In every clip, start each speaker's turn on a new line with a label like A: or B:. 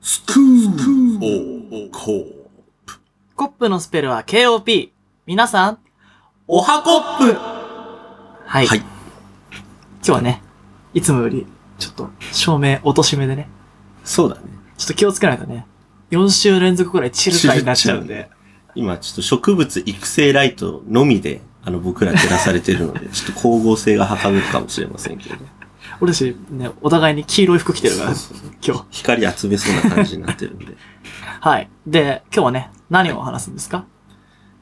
A: スクープコープ。
B: コップのスペルは KOP。皆さん、
A: おはコップ
B: はい。
A: はい
B: 今日はね、いつもより、ちょっと、照明落としめでね、
A: そうだね。
B: ちょっと気をつけないとね、4週連続くらいチルタになっちゃう んで、
A: 今ちょっと植物育成ライトのみで、あの僕ら照らされてるの で、ちょっと光合成がはかどるかもしれませんけどね。
B: 俺たちね、お互いに黄色い服着てるから、
A: そうそう
B: 今日。
A: 光集めそうな感じになってるんで。
B: はい。で、今日はね、何を話すんですか、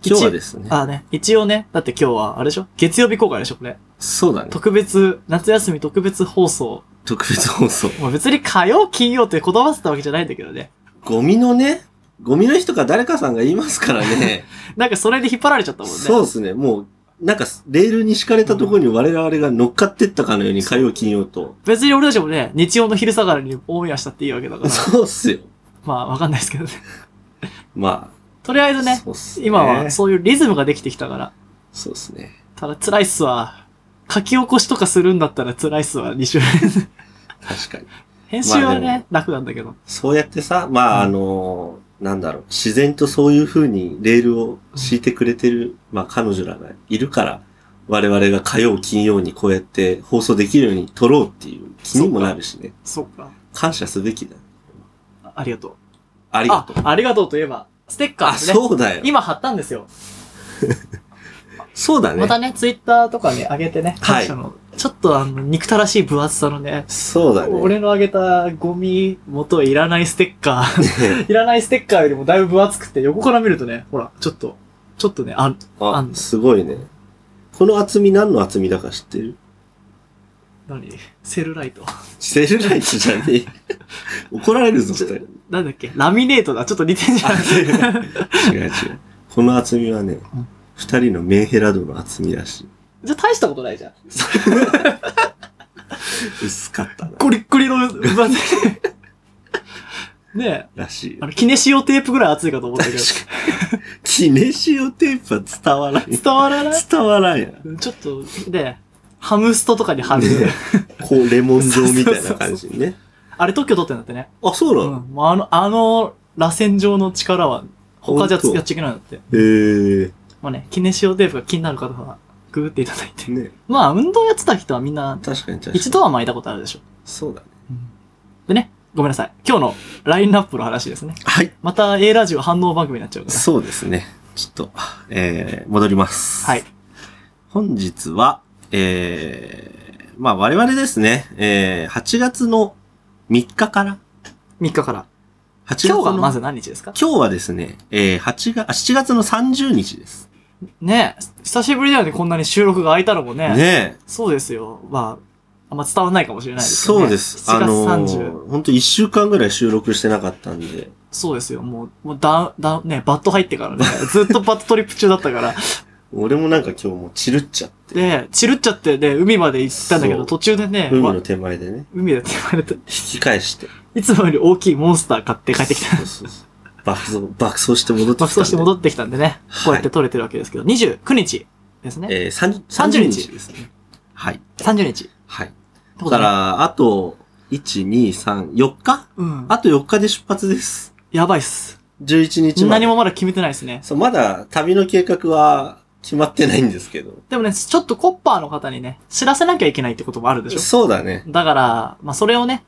A: 今日はですね
B: 一応。あね、一応ね、だって今日は、あれでしょ月曜日公開でしょこれ。
A: そうだね。
B: 特別、夏休み特別放送。
A: 特別放送。
B: まあ別に火曜、金曜ってこだわってたわけじゃないんだけどね。
A: ゴミのね、ゴミの日とか誰かさんが言いますから ね。
B: なんかそれで引っ張られちゃったもんね。
A: そうですね。もう、なんか、レールに敷かれたところに我々が乗っかってったかのように火曜金曜と。
B: 別に俺たちもね、日曜の昼下がりにオンエアしたっていいわけだか ら、
A: そうっすよ。
B: まあわかんないですけどね。
A: ま
B: とりあえ
A: あ、
B: ずね、
A: そうっすね。
B: 今はそういうリズムができてきたから、
A: そうっすね。
B: ただ辛いっすわ。書き起こしとかするんだったら辛いっすわ、2週目。
A: 確かに。
B: 編集は
A: まあで
B: ね、楽なんだけど。
A: そうやってさ、まあ、あのなんだろう、自然とそういう風にレールを敷いてくれてる、まあ、彼女らがいるから、我々が火曜、金曜にこうやって放送できるように撮ろうっていう気にもなるしね。
B: そうか。
A: 感謝すべきだ。
B: あありがとう。
A: ありが
B: あ
A: とう。、
B: ありがとうといえば、ステッカー
A: あ、
B: ですね。
A: そうだよ。
B: 今貼ったんですよ。
A: そうだね。
B: またね、ツイッターとかね、上げてね、
A: はい
B: 各社の、ちょっとあの、憎たらしい分厚さのね、
A: そうだね。
B: 俺のあげたゴミ元いらないステッカー。いらないステッカーよりもだいぶ分厚くて、横から見るとね、ほら、ちょっと、ちょっとね、あ、 あ
A: あ
B: ん、の
A: すごいね。この厚み何の厚みだか知ってる
B: 何セルライト。
A: セルライトじゃねえ。 怒られるぞ、二人。
B: なんだっけラミネートだ。ちょっと似て んじゃ
A: あセルラ
B: ん。
A: 違う違う。この厚みはね
B: うん、
A: 二人のメンヘラ度の厚みらしい。
B: じゃあ大したことないじゃん。
A: 薄かったな。
B: ゴリッゴリの分厚い。ねえ、
A: らしい
B: あ。の、キネシオテープぐらい厚いかと思ったけ
A: 確か、
B: ど
A: に。 キネシオテープは伝わらん。
B: 伝わらない
A: 伝わらんやん。
B: ちょっと、ねハムストとかに貼る。
A: ねこう、レモン状みたいな感じにね。
B: あれ特許取ってんだってね。
A: あ、そう
B: う
A: なの、
B: ん。もうあの、あの、螺旋状の力は、他じゃ
A: 本当
B: やっちゃいけないんだって。
A: えー。
B: まあね、キネシオテープが気になる方は、グーっていただいて。
A: ね。
B: まあ、運動やってた人はみんな、
A: 確かに確か
B: 一
A: に。
B: 度は巻いたことあるでしょ。
A: そうだね。
B: でね、ごめんなさい。今日のラインナップの話ですね。
A: はい。
B: また A ラジオ反応番組になっちゃうから。
A: そうですね。ちょっと、えー、戻ります。
B: はい。。
A: 本日は、えー、まあ我々ですね、えー、8月の3日から、
B: 3日から。
A: 8月
B: 今
A: の
B: 日がまず何日ですか
A: 今日はですね、えー、8月、あ7月の30日です。
B: ねえ、久しぶりだよね、こんなに収録が空いたのもね。
A: ね
B: そうですよ。まあ、あんま伝わんないかもしれ
A: え。
B: ないですけど
A: そ
B: ね。
A: うです。
B: 7
A: あ
B: 月
A: の
B: 30。
A: ー、ほんと1週間ぐらい収録してなかったんで、
B: そうですよ。もう、もうだ、だ、ね、バット入って からね。ずっとバットトリップ中だったから。
A: 俺もなんか今日もう散るっちゃって、
B: で、散るっちゃってね、海まで行ったんだけ
A: そ
B: ど、
A: う
B: 途中でね、
A: 海
B: わ
A: の手前でね、
B: 海だって言われた。
A: 引き返して。
B: いつもより大きいモンスター買って帰ってき た。
A: そうそうそう。爆走、爆走して戻ってきたんで。
B: 爆走して戻ってきたんでね、
A: はい
B: こうやって撮れてるわけですけど、29日ですね。
A: えー、30
B: 30
A: 30
B: 日
A: 日ですね。はい。
B: 30日。
A: はい。
B: だ
A: だか、ら、あと、1、2、3、4日
B: うん。
A: あと4日で出発です。
B: やばいっす。
A: 11日まで
B: 何もまだ決めてないですね。
A: そう、まだ旅の計画は決まってないんですけど。
B: でもね、ちょっとコッパーの方にね、知らせなきゃいけないってこともあるでしょ
A: そうだね。
B: だから、まあ、それをね、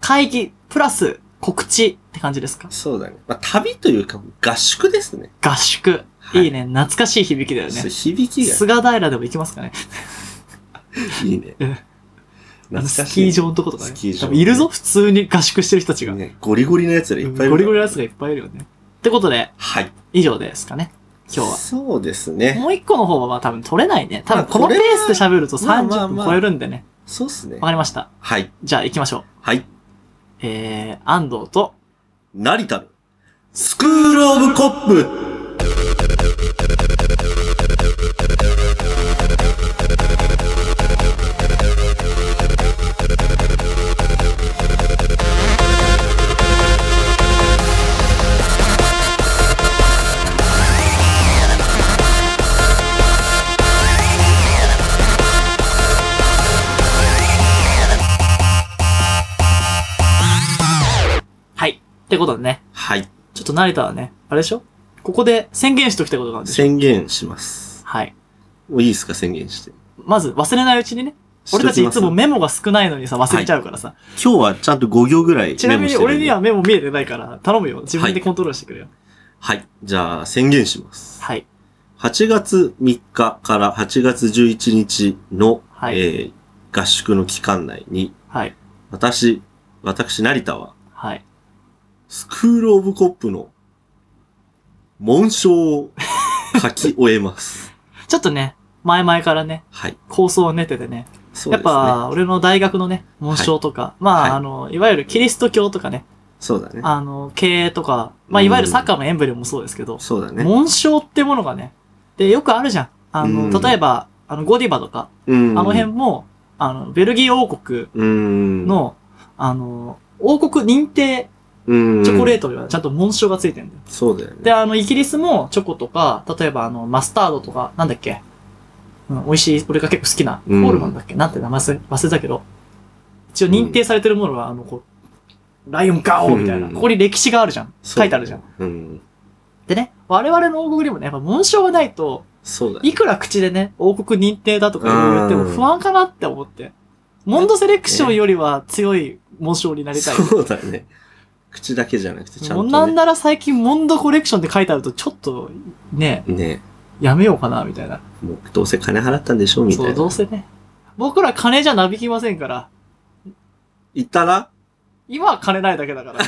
B: 会議、プラス、告知って感じですか
A: そうだね。まあ、旅というか、合宿ですね。
B: 合宿。
A: はい
B: いいね、懐かしい響きだよ
A: そう
B: ね。
A: 響きが
B: 菅平でも行きますかね。
A: いいね
B: うん。あ
A: 懐
B: の、
A: か
B: ス
A: しい
B: キー場のとことかね。
A: スキー場
B: 多分いるぞ、普通に合宿してる人たちが。
A: ね。ゴリゴリのやつらいっぱいいる。
B: ゴリゴリのやつがいっぱいいるよね。ってことで、
A: はい。
B: 以上ですかね。今日
A: そうです
B: は。
A: ね。
B: もう一個の方はまあ多分取れないね。多分この
A: ま
B: ペ
A: あ
B: ー
A: これは
B: スで喋ると
A: まあまあま
B: 30分
A: あ
B: 超えるんでね。
A: そうっすね
B: わ。かりました。
A: はい。
B: じゃあ行きましょう。
A: はい。
B: えー、安藤と、
A: 成田のスクールオブコップ
B: はい。ってことでね、
A: はい。
B: ちょっと成田はね、あれでしょここで宣言しときたいことがあるんでしょ
A: 宣言します。
B: はい。
A: もういいですか宣言して。
B: まず忘れないうちにね、俺たちいつもメモが少ないのにさ、忘れちゃうからさ。
A: 知っておきます今日はちゃんと5行ぐらいメモし
B: ち
A: てる
B: なん
A: で
B: みに俺にはメモ見えてないから、頼むよ。自分
A: は
B: で
A: い
B: コントロールしてくれよ。
A: はい。じゃあ、宣言します。
B: はい。
A: 8月3日から8月11日の、
B: はい
A: えー合宿の期間内に、
B: はい。
A: 私、私、成田は、
B: はい。
A: スクールオブコップの、紋章を書き終えます。
B: ちょっとね、前々からね、
A: はい。
B: 構想を練っててね。
A: そう
B: や
A: ですね。
B: っぱ、俺の大学のね、紋章とか、まあ、
A: はい
B: あの、いわゆるキリスト教とかね、
A: そうだね。
B: あの、経営とか、まあ、
A: うん
B: いわゆるサッカーのエンブレムもそうですけど、
A: そうだね。
B: 紋章ってものがね、で、よくあるじゃん。あの、
A: うん
B: 例えば、あの、ゴディバとか、
A: うん。
B: あの辺も、あの、ベルギー王国
A: うん。、
B: の、あの、王国認定
A: うん。
B: チョコレー
A: ト。
B: トにはちゃんと紋章がついてるんだよ。
A: そうだよね。
B: で、あの、イギリスもチョコとか、例えばあの、マスタードとか、なんだっけ、うん、美味しい、俺が結構好きな、コ
A: うん
B: ールマンだっけ、なんて名前忘れ忘れたけど、一応認定されてるものは、あの、こう、ライオンガオーみたいな、
A: うん
B: ここに歴史があるじゃん。書いてあるじゃん。
A: ん。うん。
B: でね、我々の王国にもね、やっぱ紋章がないと、
A: そうだね。
B: いくら口でね、王国認定だとか言っても
A: うん
B: 不安かなって思って。モンドセレクションよりは強い紋章になりたい。
A: そうだね。口だけじゃなくて、ちゃん
B: も
A: と、
B: う
A: ね。
B: なんなら最近モンドコレクションって書いてあるとちょっとね、
A: ね
B: やめようかなみたいな。
A: もうどうせ金払ったんでしょみたい
B: そう、
A: な。
B: どうせね。僕ら金じゃなびきませんから。
A: 言ったら
B: 今は金ないだけ だから。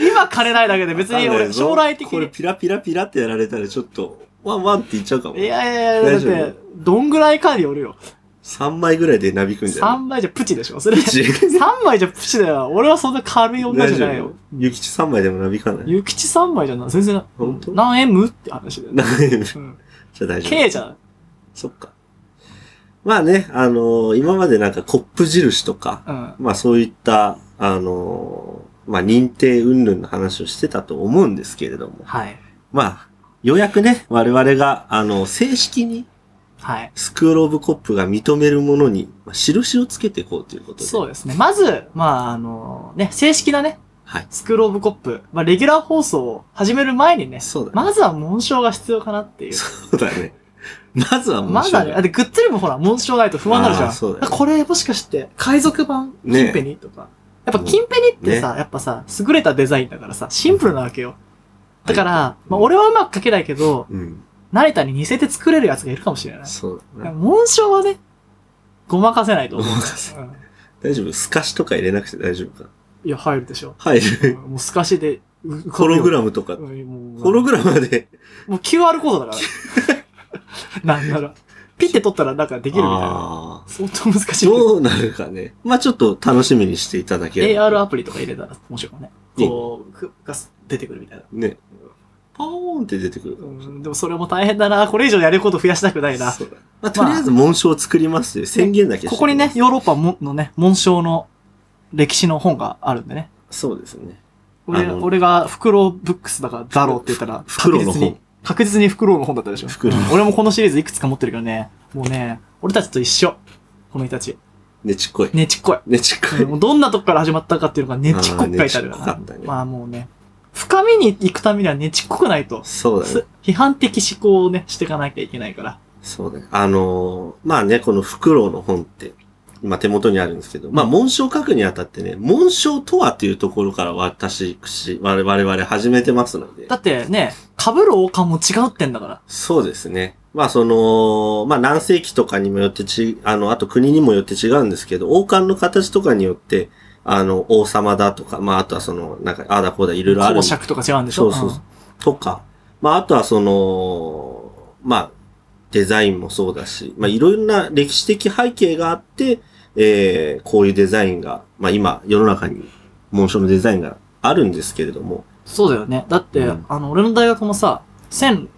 B: 今は金ないだけで別に
A: わかんな
B: 俺
A: いぞ
B: 将来的
A: これ
B: に。
A: ピラピラピラってやられたらちょっと、ワンワンって言っちゃうかも。
B: いやいやいや、だ
A: 大
B: っ
A: 丈夫
B: て、どんぐらいかによるよ。
A: 3枚ぐらいでなびくんじゃない
B: 3枚じゃプチでしょ。それ、
A: 口
B: 3枚じゃプチだよ。俺はそんな軽い女じゃないよ。。
A: ゆきち3枚でもなびかない。
B: ゆきち3枚じゃな、全然
A: ほんと、
B: 何 M? って話だよね。
A: な じ
B: うん
A: ゃあ大丈夫。
B: K じゃん。
A: そっか。まあね、あのー今までなんかコップ印とか、
B: うん。
A: まあそういった、あのーまあ認定云々の話をしてたと思うんですけれども、
B: はい。
A: まあ、ようやくね、我々が、あの、正式に
B: はい。
A: スクールオブコップが認めるものに、まあ、印をつけていこうということで。。
B: そううですね。まず、まあ、あの、ね、正式なね、
A: はい。
B: スクールオブコップ、まあ、レギュラー放送を始める前にね、
A: そうだね。
B: まずは紋章が必要かなっていう。
A: そうだね。まずはもう
B: ま
A: しょう
B: だ
A: が
B: ね、
A: ない、
B: あで、グッズにもほら、紋章ないと不安になるじゃ
A: あ
B: ん。
A: ーそうだよね
B: これもしかして、海賊版、
A: ね
B: 金ペニとか。やっぱ金ペニってさ、やっぱさ、優れたデザインだからさ、シンプルなわけよ。だから、まあ、俺はうまく描けないけど、
A: うん。
B: 成田に似せて作れるやつがいるかもしれない。
A: そうだね。
B: 紋章はね、ごまかせないと思 う。
A: ごまかせ
B: うん
A: 大丈夫すかしとか入れなくて大丈夫か。
B: いや、入るでしょ。
A: 入
B: うん
A: る。
B: もう透かしで、う
A: ホログラ
B: ム。
A: ムとか。
B: うんもう
A: ホログラムまで。
B: もう QR コードだ から。なんなら。ピッて取ったらなんかできるみたいな。
A: あー
B: 相当難しい。
A: どうなるかね。まあちょっと楽しみにしていただければ。
B: AR アプリとか入れたら面白いかもね。こう、くが出てくるみたいな。
A: ね。ポーンって出てくるか
B: う
A: もしれない。
B: ん、でもそれも大変だな。これ以上やること増やしたくないな。
A: そうだまあとりあえず紋章を作りますという宣言だけして
B: ここにね、。ヨーロッパものね、紋章の歴史の本があるんでね。
A: そうですね。あ
B: 俺
A: の
B: 俺がフクロウブックスだからザローって言ったら、
A: フクロウの
B: 確実に
A: 本。
B: 確実にフクロウの本だったでしょ。
A: フクロウ
B: うん俺もこのシリーズいくつか持ってるからね、もうね、俺たちと一緒。この人たち。
A: ねちっこい。
B: ねちっこい。
A: ねちっこ
B: うんもうどんなとこから始まったかっていうのがねちっこく書いてあ
A: あーねちっ
B: る
A: こかったね
B: まあもうね、深みに行くためにはねちっこくないと
A: い。。そうだね
B: す。批判的思考をね、していかなきゃいけないから。
A: そうだね。あのーまあね、このフクロウの本って、今手元にあるんですけど、まあ、紋章を書くにあたってね、紋章とはっていうところから私、口、我々我々始めてますので
B: だ。ってね、被る王冠も違うってんだから。
A: そうですね。まあ、その、まあ、何世紀とかにもよってち、あの、あと国にもよって違うんですけど、王冠の形とかによって、あの、王様だとか、まあ、あとはその、なんか、ああだこうだいろいろある
B: 公
A: んで
B: 爵とか違うんでしょ
A: そうそうそうとか、まあ、あとはその、まあ、デザインもそうだし、まあ、いろんな歴史的背景があって、えー、こういうデザインが、まあ、今、世の中に、紋章のデザインがあるんですけれども、
B: そうだよね。だって、
A: うん
B: あの、俺の大学もさ、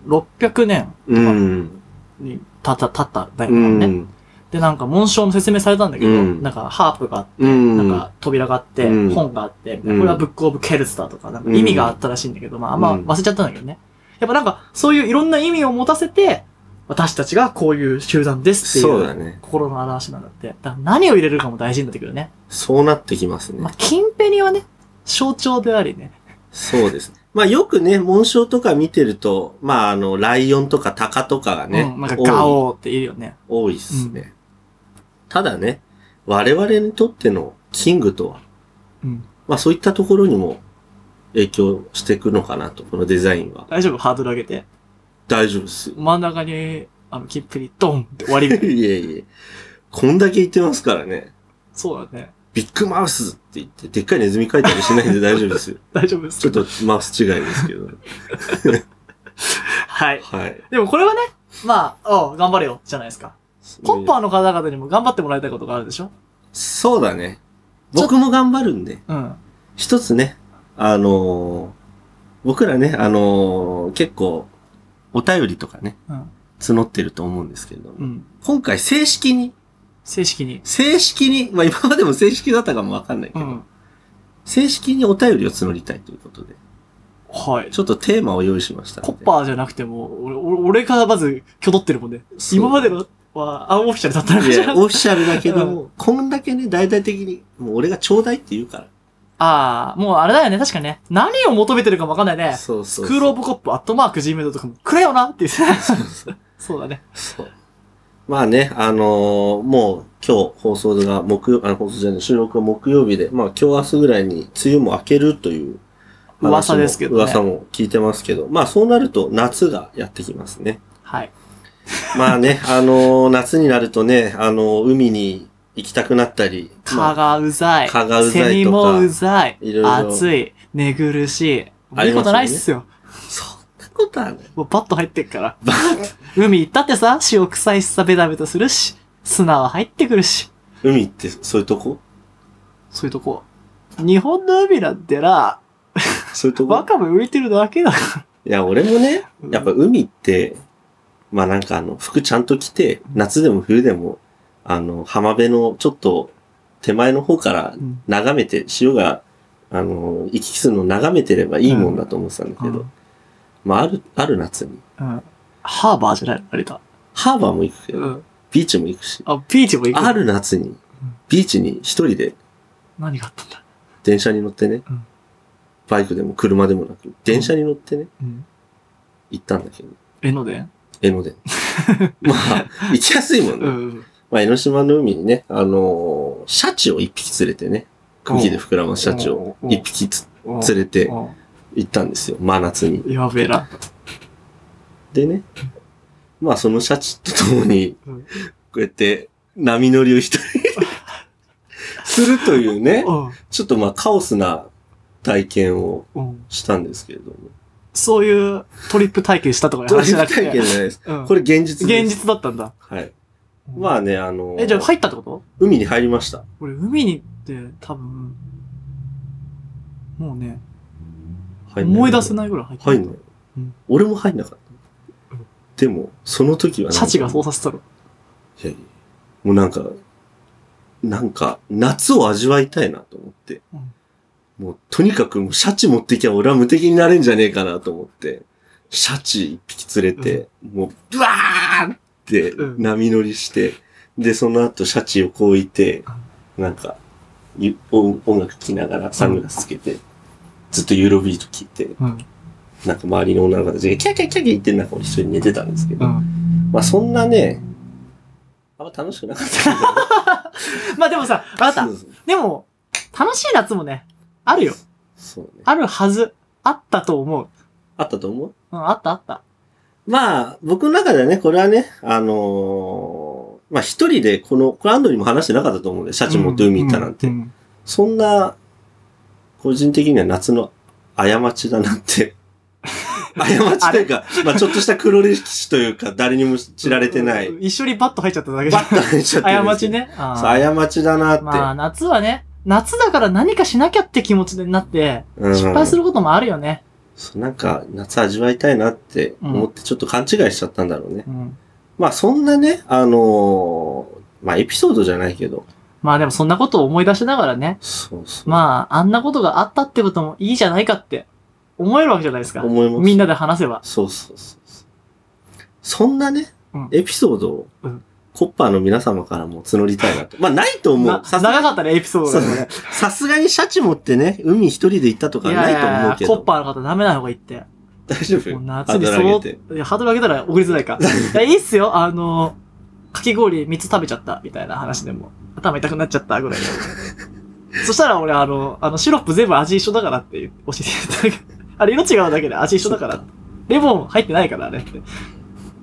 B: 1600年
A: うん、
B: にたた、たった大
A: う
B: 学なのね、
A: ん、
B: で、なんか紋章の説明されたんだけど、
A: うん
B: なんかハープがあって、
A: うん
B: なんか扉があって、
A: うん
B: 本があって、こ
A: うん
B: れはブックオブケルツだとか、なんか意味があったらしいんだけど、まあ、あんま
A: うん
B: 忘れちゃったんだけどね。やっぱなんか、そういういろんな意味を持たせて、私たちがこういう集団ですってい
A: そうだ
B: う
A: ね。
B: 心の表しなんだって。だから何を入れるかも大事になってくるね。
A: そうなってきますね
B: まあ。、金ペニはね、象徴でありね。
A: そうですね。まあよくね、紋章とか見てると、まああの、ライオンとかタカとかがね、
B: うん、なんかガオーって言うよね。
A: 多いですね、ただね、我々にとってのキングとは、
B: うん。
A: まあそういったところにも影響していくのかなと、このデザインは。
B: 大丈夫ハードル上げて。
A: 大丈夫ですよ。
B: 真ん中に、あの、キンプリ、ドンって終わりみたいな。
A: いえいえ。こんだけ言ってますからね。
B: そうだね。
A: ビッグマウスって言って、でっかいネズミ描いたりしないんで大丈夫 ですよ。
B: 大丈夫です。
A: ちょっとマウス違いですけど。
B: はい。
A: はい。
B: でもこれはね、まあ、おう頑張れよ、じゃないですか。コンパーの方々にも頑張ってもらいたいことがあるでしょ
A: そうだね。僕も頑張るんで。
B: うん。
A: 一つね、あのー僕らね、あのー結構、お便りとかね、
B: うん。
A: 募ってると思うんですけれども、
B: うん。
A: 今回正式に、
B: 正式に。
A: 正式に、まあ今までも正式だったかもわかんないけ
B: う
A: ど、
B: ん。
A: 正式にお便りを募りたいということで、
B: はい。
A: ちょっとテーマを用意しましたの
B: コ
A: で。
B: ッパーじゃなくても、俺、俺俺がまず、きょどってるもんで。
A: そう
B: 今までのは、アンオフィシャルだったわけ
A: い
B: じゃ
A: や、
B: ん。
A: オフィシャルだけど
B: う
A: も、こんだけね、大々的に、もう俺がちょうだいって言うか
B: ああ、もうあれだよね、確かにね。何を求めてるかもわかんない
A: ら。
B: ね。
A: そうそうそう。
B: スクールオブコップ、アットマーク、gmail とかも、くれよな って言って。
A: そうそう
B: そうだね。
A: そう。まあね、あのーもう今日放送が木曜、あの放送じゃない、収録が木曜日で、まあ今日明日ぐらいに梅雨も明けるという話も
B: 噂ですけどね
A: 噂も聞いてますけど、まあそうなると夏がやってきますね。
B: はい。
A: まあ ね、あのー夏になるとね、あのー海に行きたくなったり、
B: 蚊
A: まあ
B: がうざい。
A: 蚊がうざいとか
B: セミもうざい。
A: いろいろ
B: 暑い。寝苦しい。
A: あ
B: 見
A: りますよね
B: ることないっすよ。
A: そんなことはない。
B: もうバッと入ってっから。
A: バーッ
B: 海行ったってさ、塩臭いしさ、ベタベタするし、砂は入ってくるし。
A: 海ってそういうとこ
B: そういうとこ。日本の海なんてな、
A: そういうと
B: バ
A: こ
B: カも浮いてるだけだか
A: いや、俺もね、
B: ら。
A: やっぱ海って、まあなんかあの、服ちゃんと着て、夏でも冬でも、あの、浜辺のちょっと手前の方から
B: うん、
A: 眺めて、潮が、あの、行き来するのを眺めてればいいもんだと思ってたんだけど、
B: うん
A: まあある、ある夏に、
B: うん。ハーバーじゃないの成田。
A: ハーバーも行くけ
B: う
A: ど、
B: ん。
A: ビーチも行くし、
B: あ、ビーチも行く。
A: ある夏に、ビーチに一人で
B: 何があったんだ
A: 電車に乗ってね
B: うん、
A: バイクでも車でもなく、電車に乗ってね、
B: うん。
A: 行ったんだけど、
B: えので
A: 江 ノ電。まあ、行きやすいもんね
B: う。ん。
A: まあ、江ノ島の海にね、あのーシャチを一匹連れてね、茎で膨らますシャチを
B: うん
A: 一匹つ
B: うん
A: 連れて
B: う
A: 行ったんですよ、真夏に。
B: んやべえな。
A: でね、まあそのシャチと共に
B: うん、
A: こうやって波乗りを一人 でするというね、
B: うん
A: ちょっとまあカオスな体験を
B: うん。
A: したんですけれども。
B: そういうトリップ体験したとかいう
A: どう
B: 話
A: い
B: じゃ
A: う
B: な
A: 体
B: くて。
A: 験じゃないです。
B: うん
A: これ現実で
B: 現
A: す。
B: 実だったんだ。
A: はい。まあね、あのー
B: え、じゃあ入ったってこと
A: 海に入りました。
B: 俺、海に行って、多分、もうね、
A: 入んな
B: 思い出せないぐらい入って
A: 入んない。
B: うん
A: 俺も入んなかった。
B: うん
A: でも、その時はなんか
B: シャチがそうさせたろ。
A: いやいやもうなんか、なんか、夏を味わいたいなと思って。
B: うん
A: もう、とにかくもうシャチ持ってきゃ俺は無敵になれんじゃねえかなと思って、シャチ一匹連れて、もう、ブワーって
B: うん
A: 波乗りして、で、その後シャチをこういて、なんか、ゆ音音楽聴きながらサングラスつけて、ずっとユーロビート聴いて、
B: うん。
A: なんか周りの女の子たちがキャキャキャキャ言ってなんか俺一緒に寝てたんですけ
B: う
A: ど、
B: ん。
A: まあそんなね、あんま楽しくなか ったんだ
B: まあでもさ、わかった
A: そう。そう
B: でも、楽しい夏もね、あるよ。
A: そうね。あ
B: あるはず。あったと思う。
A: ったと思う
B: うん、あったあった。
A: まあ、僕の中ではね、これはね、あのーまあ一人で、この、これアンドにも話してなかったと思うんで、シャチ持って海行ったなんて。
B: ううん
A: そんな、個人的には夏の過ちだな って。過ちというか、まあちょっとした黒歴史というか、誰にも知られてない。
B: うん一緒にバット入っちゃっただけじゃ
A: バ
B: ん
A: ッ。と入っちゃってるんで
B: 過
A: す
B: ち
A: よ。
B: ね。あー
A: そう。過ちだなって。
B: まあ、夏はね、夏だから何かしなきゃって気持ちになって、
A: うん
B: 失敗することもあるよね。
A: そうなんか、夏味わいたいなって思って、ちょっと勘違いしちゃったんだろうね。
B: うん。
A: まあ、そんなね、あのーまあ、エピソードじゃないけど、
B: まあでもそんなことを思い出しながらね、
A: そうそう。
B: まあ、あんなことがあったってこともいいじゃないかって思えるわけじゃないですか。
A: 思います。
B: みんなで話せば。
A: そうそうそうそう。そんなね、
B: うん
A: エピソードを
B: うん、
A: コッパーの皆様からも募りたいなと。まあ、ないと思
B: な
A: う。さ
B: 長
A: すが
B: かったね、エピソードがね。
A: さすがにシャチ持ってね、海一人で行ったとかはないと思うけど。
B: コッパーの方ダメな方がいいって。
A: 大丈夫
B: もう夏に
A: ハードル
B: そ
A: 上げて
B: う、いや、ハードル上げたら送りづらいか。いや、いいっすよ、あの、かき氷3つ食べちゃった、みたいな話でも。頭痛くなっちゃった、ぐらいで そしたら俺、あの、あの、シロップ全部味一緒だからって教えていただけ。 あれ、色違うだけで味一緒だから。レモン入ってないから、あれって。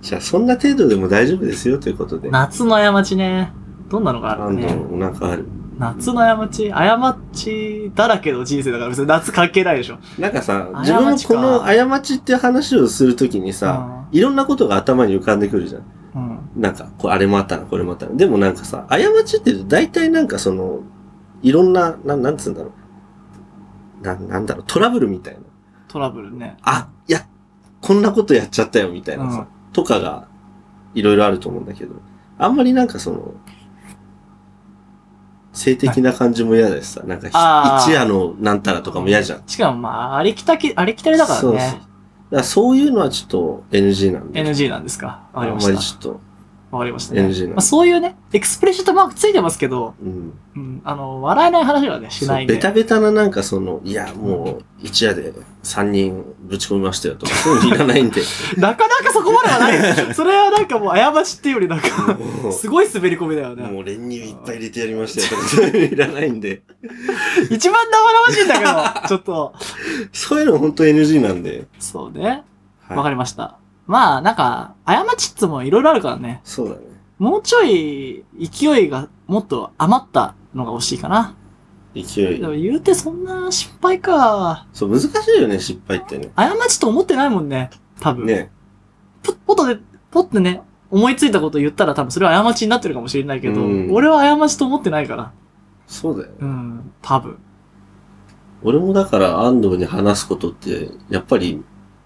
A: じゃあ、そんな程度でも大丈夫ですよということで。
B: 夏の過ちね。どんなのがあるか
A: 何度
B: ね。
A: もお腹ある。
B: 夏の過ち、過ちだらけの人生だから別に夏関係ないでしょ。
A: なんかさ、
B: 過ち
A: 自
B: か
A: 分もこの過ちって話をするときにさ、いろんなことが頭に浮かんでくるじゃん。
B: うん、うん。
A: なんか、こうあれもあったな、これもあったな。でもなんかさ、過ちって大体なんかその、いろんな、なん、なんつうんだろう。なん、なんだろう、トラブルみたいな。
B: トラブルね。
A: あ、いや、こんなことやっちゃったよ、みたいなさ、とかが、いろいろあると思うんだけど、あんまりなんかその、性的な感じも嫌だしさ、なんかひ
B: あー
A: 一夜のなんたらとかも嫌じゃん。
B: しかもまあ、ありきたき、ありきたりだからね。
A: そうそう。だからそういうのはちょっと NG なんで。
B: NG なんですかわ
A: あ
B: かり
A: ん
B: ま
A: まり
B: し
A: ちょっと、
B: た。わかりましたね。
A: NG なん
B: まあ、
A: で。
B: そういうね、エクスプレッションとマークついてますけど、
A: うん、
B: うん、あの、笑えない話はね、しな
A: そう
B: いん
A: ベ
B: で。
A: タベタななんかその、いや、もう、一夜で3人ぶち込みましたよと か、そういうのいらないんで。
B: なかなかそこまでは ない。それはなんかもう、過ちっていうよりなんか、
A: もう
B: すごい滑り込みだよね。
A: もう練乳いっぱい入れてやりましたよとか、そういうのいらないんで。
B: 一番生々しいんだけど、ちょっと。
A: そういうの本当 NG なんで。
B: そうね。
A: はい
B: わかりました。まあ、なんか、過ちっつもいろいろあるからね。
A: そうだね。
B: もうちょい勢いがもっと余ったのが欲しいかな。
A: 勢い
B: で。も言うてそんな失敗か。
A: そう、難しいよね、失敗ってね。
B: 過ちと思ってないもんね。多分。
A: ね。
B: ポポッとで、ポッてね、思いついたこと言ったら多分それは過ちになってるかもしれないけど、
A: うん
B: 俺は過ちと思ってないから。
A: そうだよね。
B: うん、多分。
A: 俺もだから安藤に話すことって、やっぱり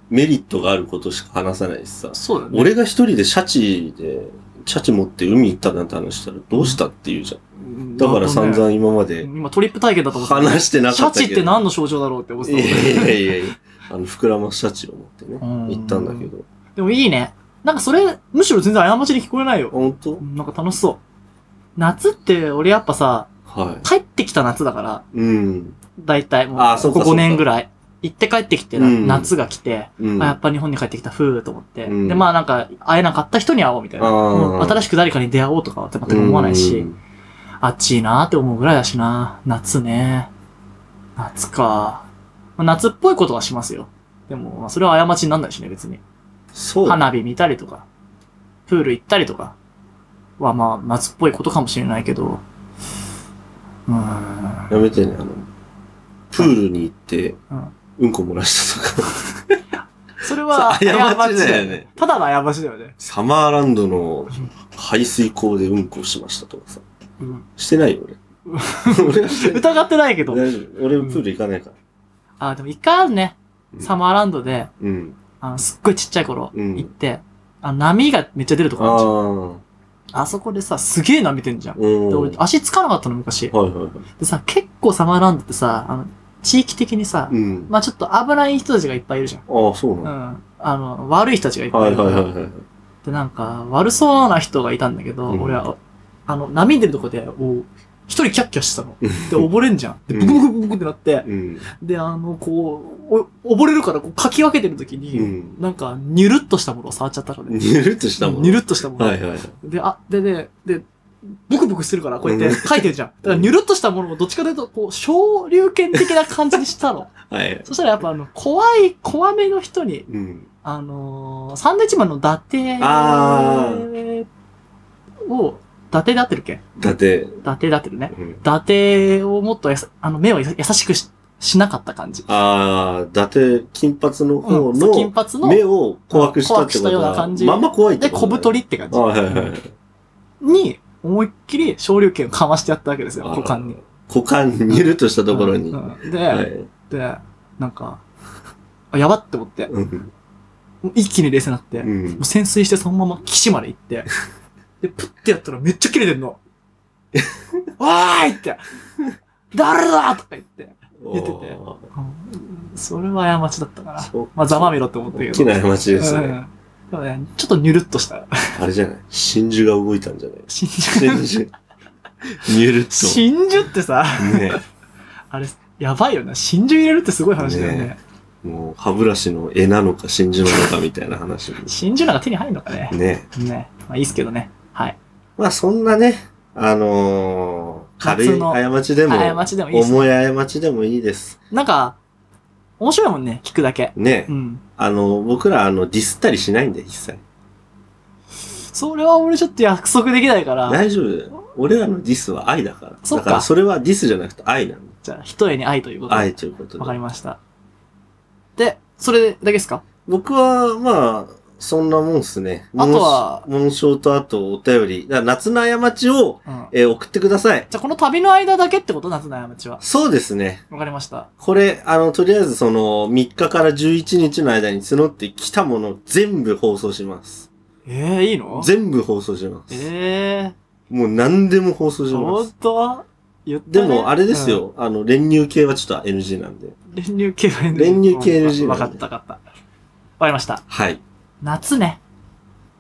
A: メリットがあることしか話さないしさ。
B: そうだね。
A: 俺が一人でシャチで、シャチ持って海行ったなんて話したらどうしたって言うじゃん。
B: うん
A: だから散
B: なる
A: 々今ま
B: ほど
A: で
B: ね今トリップ体験だと思ってた。
A: 話してな
B: シ
A: か
B: ャ
A: ったけ
B: チ
A: ど。
B: って何の症状だろうって思って
A: い
B: た
A: や
B: もんね。
A: いやいやいや。あの、膨らますシャチを持ってね、
B: うん
A: 行ったんだけど。
B: でもいいね。なんかそれ、むしろ全然過ちに聞こえないよ。
A: 本当
B: なんか楽しそう。夏って俺やっぱさ、
A: は
B: 帰ってきた夏だから、
A: い。うん。
B: だいたいもう、
A: あそうか
B: ここ
A: そう
B: 5
A: か
B: 年ぐらい。行って帰ってきてな、
A: うん
B: 夏が来て、
A: うん。
B: あ、やっぱ日本に帰ってきた、ふーと思って。
A: うん
B: で、まあなんか、会えなかった人に会おうみたいな。
A: あー
B: もう新しく誰かに出会おうとかは全く思わないし、あっちいなーって思うぐらいだしな。夏ね。夏か。まあ夏っぽいことはしますよ。でも、まあそれは過ちになんないしね、別に。
A: そうだね。
B: 花火見たりとか、プール行ったりとかはまあ夏っぽいことかもしれないけど、うーん。
A: やめてね、あの、プールに行って
B: うん、
A: うんこ漏らしたとか。
B: それは
A: そう過
B: 過
A: ち
B: ち
A: だよね。
B: ただの過ちだよね。
A: サマーランドの排水口でうんこしましたとかさ。
B: うん、
A: してないよ、俺。俺はしてない。
B: 疑ってないけど。
A: 大丈夫。俺プール行かないから。
B: あ、でも一回あるね。
A: うん
B: サマーランドで、
A: うん。
B: あの、すっごいちっちゃい頃、
A: うん
B: 行って、あの波がめっちゃ出るとこあるじゃん
A: あ
B: あそこでさ、すげえ波出んじゃ
A: あ。
B: ん。
A: うん。
B: で、
A: は
B: 俺
A: い、
B: 足つかなかったの、昔。
A: はいはい。
B: でさ、結構サマーランドってさ、あの、地域的にさ、
A: うん。
B: まあちょっと危ない人たちがいっぱいいるじゃん。
A: ああ、そう
B: う
A: なん
B: ん。あの、悪い人たちがいっ
A: だ。
B: ぱ
A: はい
B: い
A: い
B: いる。
A: はいはいはい。
B: で、なんか、悪そうな人がいたんだけど、
A: うん
B: 俺は、あの、波出るとこで、お一人キャッキャしてたの。で、
A: うん
B: 溺れんじゃん。で、
A: うん
B: ブクブクブクってなって、
A: うん。
B: で、あの、こう、お溺れるから、こう、かき分けてるときに、
A: うん。
B: なんか、ニュルッとしたものを触っちゃったのね。
A: ニュルっとしたもん。
B: ニュルッとしたもの。
A: はいはいはい。
B: で、あ、でね、で、ブクブクしてるから、こうやって
A: うん
B: 書いてるじゃん。だから、ニュルッとしたものをどっちかというと、こう、昇竜拳的な感じにしたの。
A: はい。
B: そしたらやっぱ、あの、怖い、怖めの人に、
A: うん。
B: あのー、サンドイッチマンの伊達
A: あ
B: を、伊達で合ってるっけ
A: だって、
B: 伊達で合ってるね。
A: うん
B: 伊達をもっとやさ、あの、目をやさ優しくししなかった感じ。
A: ああ、だって、金髪の方
B: うんそう金
A: の
B: 髪の、
A: 目を怖くしたって
B: 怖くし
A: こ
B: た
A: と
B: ような
A: は、
B: 感じ
A: まんま怖いって
B: で、
A: こと
B: 小
A: だね
B: 太りって感じ。
A: はいはいはい。
B: に、思いっきり昇竜拳をかましてやったわけですよ、股間に。
A: あー。股間にゆるっとしたところに。
B: う
A: は
B: んうんで、
A: い。
B: で、なんか、あ、やばって思って、
A: うん。
B: もう一気に冷静になって、
A: う
B: も
A: ん
B: う。潜水してそのまま岸まで行 って、で、プッてやったらめっちゃ切れてんの。おーいって、誰だとか言って、言ってて
A: あ
B: うんそれは過ちだったか
A: ー
B: ら、
A: そう
B: まあ、ざまみろって思ったけ
A: 大き
B: ど。
A: な過ちです
B: う
A: ね。
B: んでもね、ちょっとニュルっとした。
A: あれじゃない真珠が動いたんじゃない
B: 真珠。
A: 真 珠。ニュルッ
B: 真珠ってさ、
A: と。ね
B: あれ、やばいよな。真珠入れるってすごい話だよね。
A: ねもう歯ブラシの絵なのか真珠なのかみたいな話に
B: 真珠なんか手に入るのかね。
A: ね
B: ね。まあいいっすけどね。はい。
A: まあそんなね、あのー、軽い
B: 夏の
A: 過ちでも、
B: 過ちでもいいっすね
A: 重い過ちでもいいです。
B: なんか、面白いもんね。聞くだけ。
A: ね
B: うん。
A: あの、僕らあの、ディスったりしないんで、一切。
B: それは俺ちょっと約束できないから、
A: 大丈夫だよ。俺らのディスは愛だから。
B: そっ
A: だ
B: か
A: からそれはディスじゃなくて愛なの。
B: じゃあ、一重に愛ということで。
A: 愛ということ
B: わか
A: で。
B: りました。で、それだけですか
A: 僕は、まあ、そんなもんっすね。
B: あとは
A: 紋章、紋章とあとお便り。だから夏の過ちを、
B: うん。
A: えー送ってください。
B: じゃあ、この旅の間だけってこと夏の過ちは。
A: そうですね。
B: わかりました。
A: これ、あの、とりあえずその、3日から11日の間に募ってきたもの全部放送します。
B: ええいいの
A: 全部放送します。
B: え
A: もう何でも放送
B: え
A: しま
B: 本
A: す。
B: 当言った、
A: でも、あれです。よ。あの、練乳系はちょっと NG なんで。
B: うん練乳系は NG。
A: 練乳系 NG
B: わかったわかった。わかりました。
A: はい。
B: 夏ね。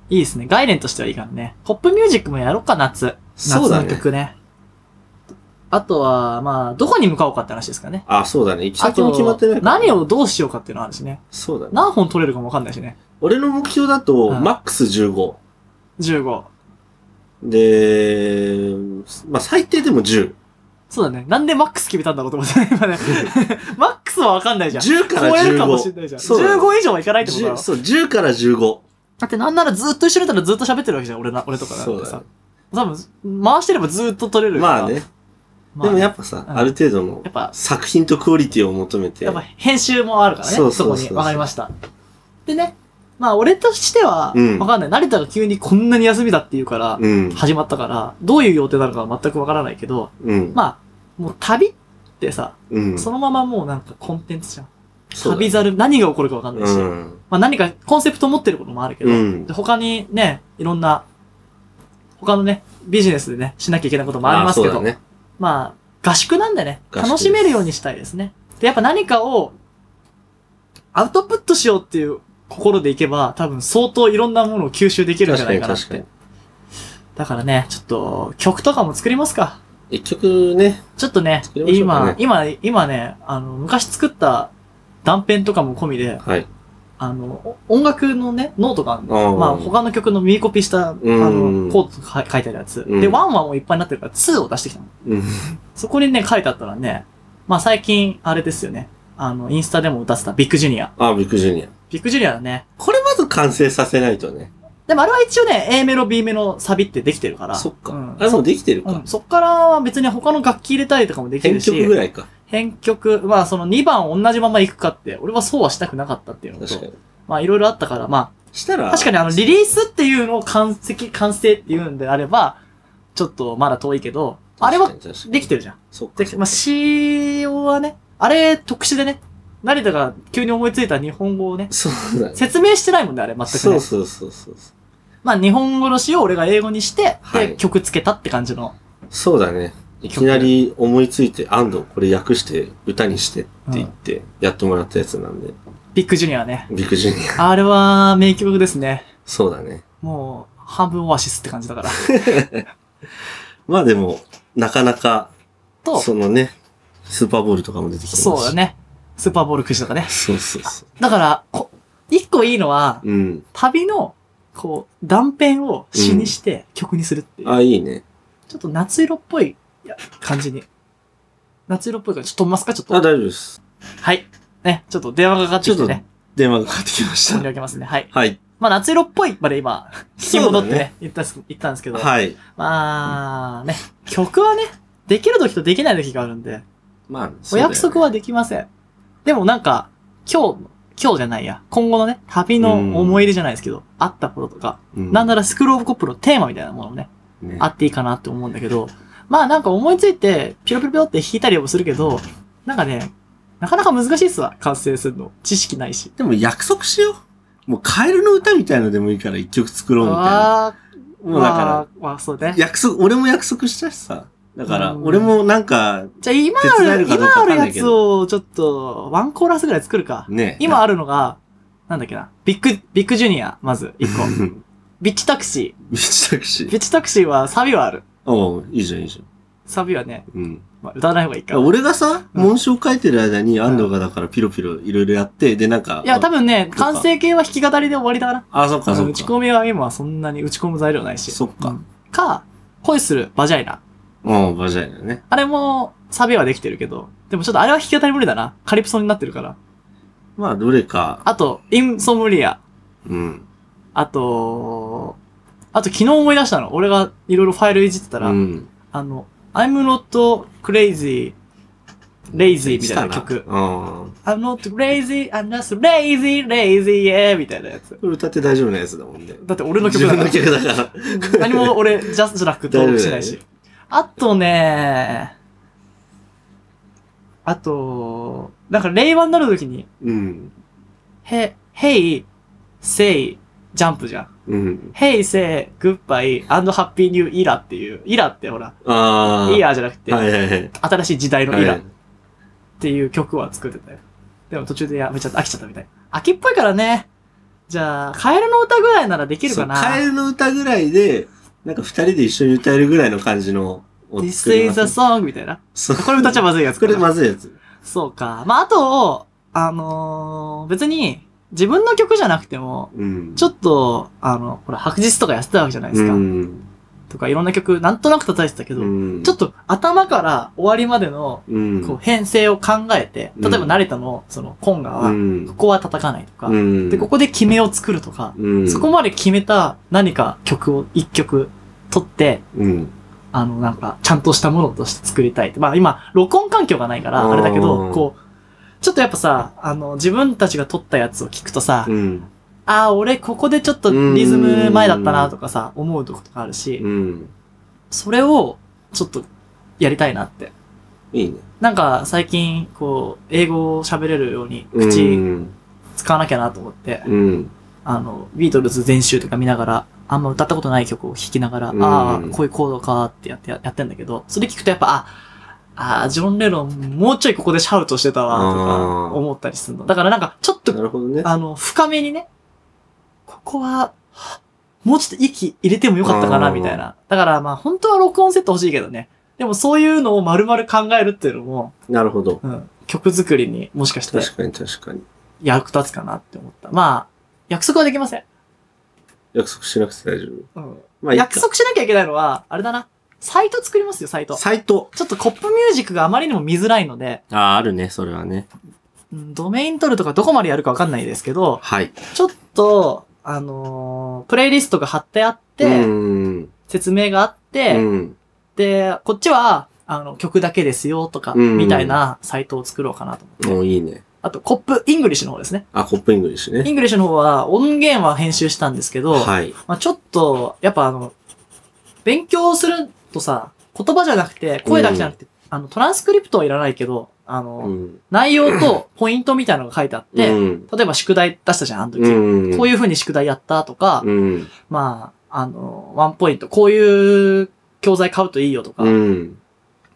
B: いいですね。概念としてはいいからね。ポップミュージックもやろうか、夏。
A: そうだ
B: 夏の
A: ね。
B: 曲ね。あとは、まあ、どこに向かおうかって話ですかね。
A: あ、そうだね。行き
B: あ
A: 先も
B: と
A: 決まってないから。
B: 何をどうしようかっていうのはあるしね。
A: そうだね。
B: 何本取れるかもわかんないしね。
A: 俺の目標だと、
B: うん
A: マックス15。
B: 15。
A: で、まあ、最低でも10。
B: そうだね。なんでマックス決めたんだろうと思って、今ね。 マックスはわかんないじゃん。
A: 10から
B: 超えるかもしれ
A: 15。
B: ないじゃん。
A: そうだね
B: 15以上はいかないってこと
A: 10
B: だろ。
A: そう、10から15。
B: だってなんならずっと一緒にいたらずっと喋ってるわけじゃん、俺な、俺とかだ
A: そ
B: っ
A: う
B: て
A: だ
B: さ
A: ね。。
B: 多分、回してればずっと取れるから
A: まあ。ね。
B: まあ
A: で
B: ね
A: もやっぱさ、
B: うん
A: ある程度の
B: やっぱ
A: 作品とクオリティを求めて。
B: やっぱ編集もあるからね。
A: そ
B: そう
A: そうそうそう
B: こに。わかりました。でね、まあ俺としては、
A: うん
B: わかんない。成田が急にこんなに休みだって言うから、
A: うん。
B: 始まったから、どういう予定なのかは全くわからないけど、
A: うん。
B: まあ、もう旅ってさ、
A: うん。
B: そのままもうなんかコンテンツじゃん。
A: そうだね
B: 旅猿、何が起こるかわかんないうし、ま
A: ん。
B: あ何かコンセプト持ってることもあるけど、
A: うん
B: で他にね、いろんな、他のね、ビジネスでね、しなきゃいけないこともあります
A: あ
B: けど、
A: そうだね。
B: まあ、合宿なんでね、
A: 合宿です
B: 楽しめるようにしたいですね。で、やっぱ何かを、アウトプットしようっていう心でいけば、多分相当いろんなものを吸収できるんじゃ
A: 確
B: な
A: か
B: い
A: に
B: かなっ
A: 確か
B: て
A: に。。
B: だからね、ちょっと、曲とかも作りますか。
A: 一曲ね、
B: ちょっとね、
A: 作りましょうか
B: 今
A: ね、
B: 今、今ね、あの、昔作った断片とかも込みで、
A: はい。
B: あの、お音楽のね、ノートがあるの
A: あー
B: まあ、他の曲の耳コピした、あの、コ
A: うん
B: ードとか書いてあるやつ。
A: うん
B: で、ワンワンもいっぱいになってるから、ツーを出してきたの。
A: うん。
B: そこにね、書いてあったらね、まあ最近、あれですよね。あの、インスタでも出せたビッグジュニア。
A: あ、ビッグジュニア。
B: ビッグジュニアだね。
A: これまず完成させないとね。
B: でもあれは一応ね、A メロ、B メロ、サビってできてるから。
A: そっか。
B: うん
A: あれもうできてる
B: う
A: か
B: ん。。そっからは別に他の楽器入れたりとかもでき
A: 編
B: るし。
A: 曲ぐらいか。
B: 編曲。まあその2番同じまま行くかって、俺はそうはしたくなかったっていうの
A: 確か
B: と。
A: に。
B: まあいろいろあったから、ま
A: したら、
B: あ確かにあのリリースっていうのを完成、完成っていうんであれば、ちょっとまだ遠いけど、あれは
A: 確かに確かに
B: できてるじゃん。
A: そっか
B: で、
A: そっ
B: まあ、
A: か。
B: 仕様はね、あれ、特殊でね、成田が急に思いついた日本語をね、
A: そうだね。
B: 説明してないもんね、あれ、全く
A: そ
B: ね
A: う。そうそうそう。
B: まあ、日本語の詩を俺が英語にして、
A: は
B: で、
A: い
B: 曲つけたって感じの。
A: そうだね。いきなり思いついて、安藤これ訳して歌にしてって言ってやってもらったやつなんで、
B: ビッグジュニアね。
A: ビッグジュニア。
B: あれは、名曲ですね。
A: そうだね。
B: もう、半分オアシスって感じだから。
A: まあでも、なかなか、
B: と、
A: そのね、スーパーボールとかも出てきてますし
B: そうだ。ね。スーパーボールくじとかね。
A: そうそうそ
B: だから、こ一個いいのは、
A: う。うん。
B: 旅の、こう、断片を詩にして曲にするっていう。
A: あ、いいね。
B: ちょっと夏色っぽいいや感じに。夏色っぽいから、ちょっと飛びますかちょっと
A: あ、。大丈夫です。
B: はい。ね、ちょっと電話がかかってきてね、
A: 電話がかかってきま
B: 取
A: し
B: り
A: た。
B: 上げますね。はい。
A: はい。
B: まあ、夏色っぽいまで今、聞き戻って
A: そうだ
B: ね、
A: ね
B: 言ったんです言ったんですけど、
A: はい。
B: まあね、曲はね、できる時とできない時があるんで、
A: まあ、
B: お約束
A: は、
B: はできません。でもなんか、今日、今日じゃないや、今後のね、旅の思い入れじゃないですけど、あったこととか、
A: うん
B: なんならスクロールオブコップのテーマみたいなものもね、
A: ね
B: あっていいかなって思うんだけど、まあなんか思いついて、ピロピロピロって弾いたりもするけど、なんかね、なかなか難しいっすわ、完成するの。知識ないし。
A: でも約束しよう。もうカエルの歌みたいのでもいいから一曲作ろうみたいな。
B: ああ、
A: もうだ
B: ま
A: か
B: あ、まあそう
A: ら、
B: ね。
A: 約束、俺も約束したしさ。だから、
B: うん
A: 俺もなんか、
B: じゃあ今
A: 手伝
B: あ
A: え
B: る、
A: るかどう
B: 今
A: か
B: あ
A: わか
B: る
A: んな
B: や
A: いけ
B: つ
A: ど
B: をちょっと、ワンコーラスぐらい作るか。
A: ね。
B: 今あるのが、なんだっけな。ビッグ、ビッグジュニア、まず、一 個。ビッチタクシ
A: ビッチタクシ
B: ー。
A: ー。
B: ビッチタクシーはサビはある。
A: おういいじゃん、いいじ
B: サビはね、
A: ゃん。うん。
B: まあ、歌わない方がいいか。い
A: 俺がさ、
B: うん
A: 文章書いてる間に安藤がだからピロピロいろいろやって、で、なんか。
B: や、多分ね、
A: そうか
B: 完成形は弾き語りで終わりだな。
A: あ、そっか、そ
B: 打
A: っ
B: ち
A: か。
B: 込みは今はそんなに打ち込む材料ないし。
A: そっか
B: うんか、恋するバジャイナ。
A: うん、バジャイナね。
B: あれも、サビはできてるけど、でもちょっとあれは弾き語り無理だな。カリプソになってるから。
A: まあ、どれか。
B: あと、インソムリア。
A: うん。
B: あと、あと昨日思い出したの。俺がいろいろファイルいじってたら、
A: うん。
B: あの、I'm not crazy, lazy みたいな曲
A: し。たなうん。
B: I'm not crazy, I'm just lazy, lazy, yeah みたいなやつ。
A: これ歌って大丈夫なやつだもんね。
B: だって俺の曲だから。
A: 自分の曲だから。
B: 何も俺、ジャストラック登録してないし。あとねあと、なんか令和になるときに、
A: うん。
B: へ、hey, say, ジャンプじゃん。
A: うん。
B: hey, say, goodbye, and happy new era っていう、イラってほら、
A: ああ。
B: イ。ヤーじゃなくて、
A: はいはいはい。
B: 新しい時代のイラ
A: は
B: っ
A: い。
B: ていう曲は作ってたよ。でも途中でやめちゃった、飽きちゃったみたい。飽きっぽいからね。じゃあ、カエルの歌ぐらいならできるかな。
A: そうカエルの歌ぐらいで、なんか二人で一緒に歌えるぐらいの感じのを
B: This
A: 作りま
B: is
A: す
B: a song みたいな。
A: そう
B: これ歌っちゃまずいやつ
A: こ
B: かな
A: れまずいやつ。
B: そうか。まあ、あと、あのー別に、自分の曲じゃなくても、
A: うん。
B: ちょっと、あの、ほら、白日とかやってたわけじゃないで
A: う
B: すか。
A: ん。
B: とか、いろんな曲、なんとなく叩いてたけど、
A: うん。
B: ちょっと頭から終わりまでの、
A: うん。
B: こう、編成を考えて、
A: う
B: 例
A: ん
B: えば慣れたの、その、コンガは、
A: うん
B: ここは叩かないとか、
A: うん。
B: で、ここで決めを作るとか、
A: うん。
B: そこまで決めた何か曲を、一曲、取って、
A: うん。
B: あの、なんか、ちゃんとしたものとして作りたいって。まあ今、録音環境がないから、
A: うん
B: あれだけど、こう、ちょっとやっぱさ、あの、自分たちが撮ったやつを聞くとさ、
A: うん。
B: ああ、俺ここでちょっとリズム前だったなとかさ、思うとことかあるし
A: う、ん。
B: それを、ちょっと、やりたいなって。
A: いいね。
B: なんか、最近、こう、英語を喋れるように、
A: う
B: 口
A: ん。
B: 使わなきゃなと思って、
A: うん。
B: あの、ビートルズ全集とか見ながら、あんま歌ったことない曲を弾きながら、
A: うん
B: ああ、こういうコードかーってやって、やってんだけど、それ聞くとやっぱ、あ、あージョン・レノン、もうちょいここでシャウトしてたわ、と
A: あー
B: か、思ったりするの。だからなんか、ちょっと、
A: なるほどね。
B: あの、深めにね、ここは、もうちょっと息入れてもよかったかな、
A: うん
B: みたいな。だからまあ、本当は録音セット欲しいけどね。でもそういうのを丸々考えるっていうのも、
A: なるほど。
B: うん、曲作りにもしかして
A: 確かに確かに。
B: 役立つかなって思った。まあ、約束はできません。
A: 約束しなくて大丈夫。
B: うん
A: まあいいか
B: 約束しなきゃいけないのは、あれだな。サイト作りますよ、サイト。
A: サイト。
B: ちょっとコップミュージックがあまりにも見づらいので、
A: ああ、あるね、それはね。
B: うんドメイン取るとかどこまでやるかわかんないですけど、
A: はい。
B: ちょっと、あのープレイリストが貼ってあって、
A: うん。
B: 説明があっ
A: う
B: て、
A: ん。
B: で、こっちは、あの、曲だけですよとか、
A: うん
B: みたいなサイトを作ろうかなと。
A: もういいね。
B: あと、コップ、イングリッシュの方ですね。
A: あ、コップイングリッシュ
B: イ
A: ね。
B: ングリッシュの方は、音源は編集したんですけど、
A: はい。
B: まあ、ちょっと、やっぱあの、勉強するとさ、言葉じゃなくて、声だけじゃなくて、あの、トランスクリプトはいらないけど、あの、
A: うん。
B: 内容とポイントみたいなのが書いてあって、
A: うん。
B: 例えば宿題出したじゃん、あの時。
A: うん。
B: こう
A: い
B: いう風に宿題やったとか、
A: うん。
B: まあ、あの、ワンポイント、こういう教材買うといいよとか、
A: うん。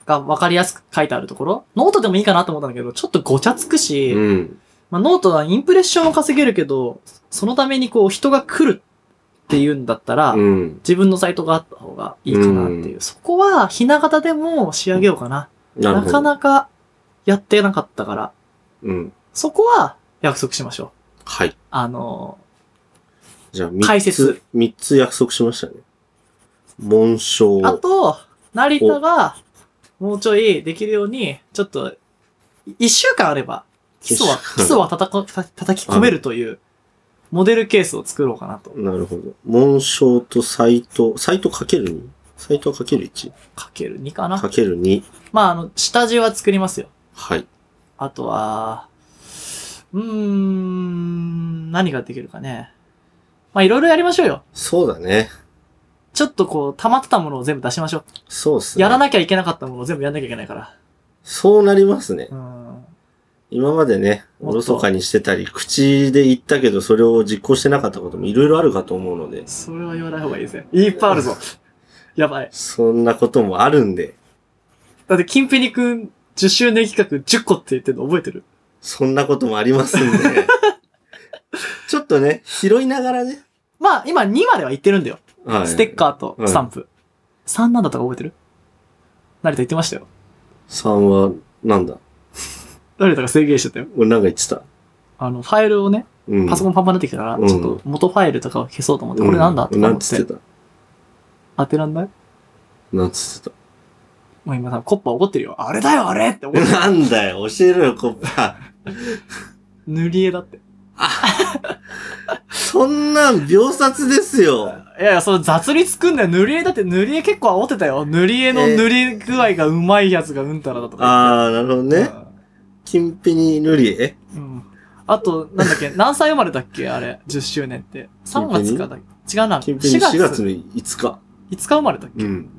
B: が分かりやすく書いてあるところ、ノートでもいいかなと思ったんだけど、ちょっとごちゃつくし、
A: うん。
B: まあ、ノートはインプレッションを稼げるけど、そのためにこう人が来るっていうんだったら、
A: うん。
B: 自分のサイトがあった方がいいかなっていう。そこは、ひな形でも仕上げようかな。
A: なる
B: な
A: ほど。
B: かなかやってなかったから、
A: うん。
B: そこは約束しましょ
A: はい。
B: う。あの
A: じゃあ、
B: 解
A: 三つ
B: 説、
A: 三つ約束しましたね。紋章。
B: ー、あと、成田がもうちょいできるように、ちょっと、一週間あれば、基礎は
A: 一週、間
B: 基礎は叩こ叩叩き込めるという、モデルケースを作ろうかなと。
A: なるほど。紋章とサイト。サイトかける 2? サイトはかける 1?
B: かける2かな
A: か。ける2。
B: まあ、あの、下地は作りますよ。
A: はい。
B: あとは、うーん、何ができるかね。まあ、いろいろやりましょうよ。
A: そうだね。
B: ちょっとこう、溜まってたものを全部出しましょう。
A: そうっすね。
B: やらなきゃいけなかったものを全部やんなきゃいけないから。
A: そうなりますね
B: う。ん。
A: 今までね、
B: も
A: お
B: っと
A: ろそかにしてたり、口で言ったけど、それを実行してなかったこともいろいろあるかと思うので、
B: それは言わない方がいいぜ。いっぱいある ぞ。やばい。
A: そんなこともあるんで、
B: だって、キンペニ君10周年企画10個って言ってるの覚えてる
A: そんなこともありますんで、ちょっとね、拾いながらね。
B: まあ、今2までは行ってるんだよ。
A: はい。
B: ステッカーとスタンプ。3なんだったか覚えてる成田言ってましたよ。
A: 3は、なんだ
B: 成田が制限してたよ。
A: 俺なんか言ってた。
B: あの、ファイルをね、
A: うん。
B: パソコンパンパンになってきたから、
A: うん
B: ちょっと元ファイルとかを消そうと思って、
A: う
B: これなんだとか
A: なん
B: 思っ
A: つって
B: て、
A: た。
B: 当てらんない
A: なんつって
B: もう今さ、コッパ怒ってるよ。あれだよ、あれって思
A: た。
B: って。
A: なんだよ、教えろよ、コッパ。
B: 塗り絵だって。い
A: そんなん秒殺ですよ。
B: やいや、その雑に作んだよ。塗り絵だって塗り絵結構煽ってたよ。塗り絵の塗り具合がうまいやつがうんたらだとか
A: あー、なるほど
B: 言って。
A: ね。金ピニ塗り絵
B: うん。うん。あと、なんだっけ、 何歳生まれだっけあれ、10周年って。3月かだっけ違うな。
A: 金ピニ
B: 4
A: 4月
B: 月。5
A: の5日。
B: 日生まれだっけ
A: うん。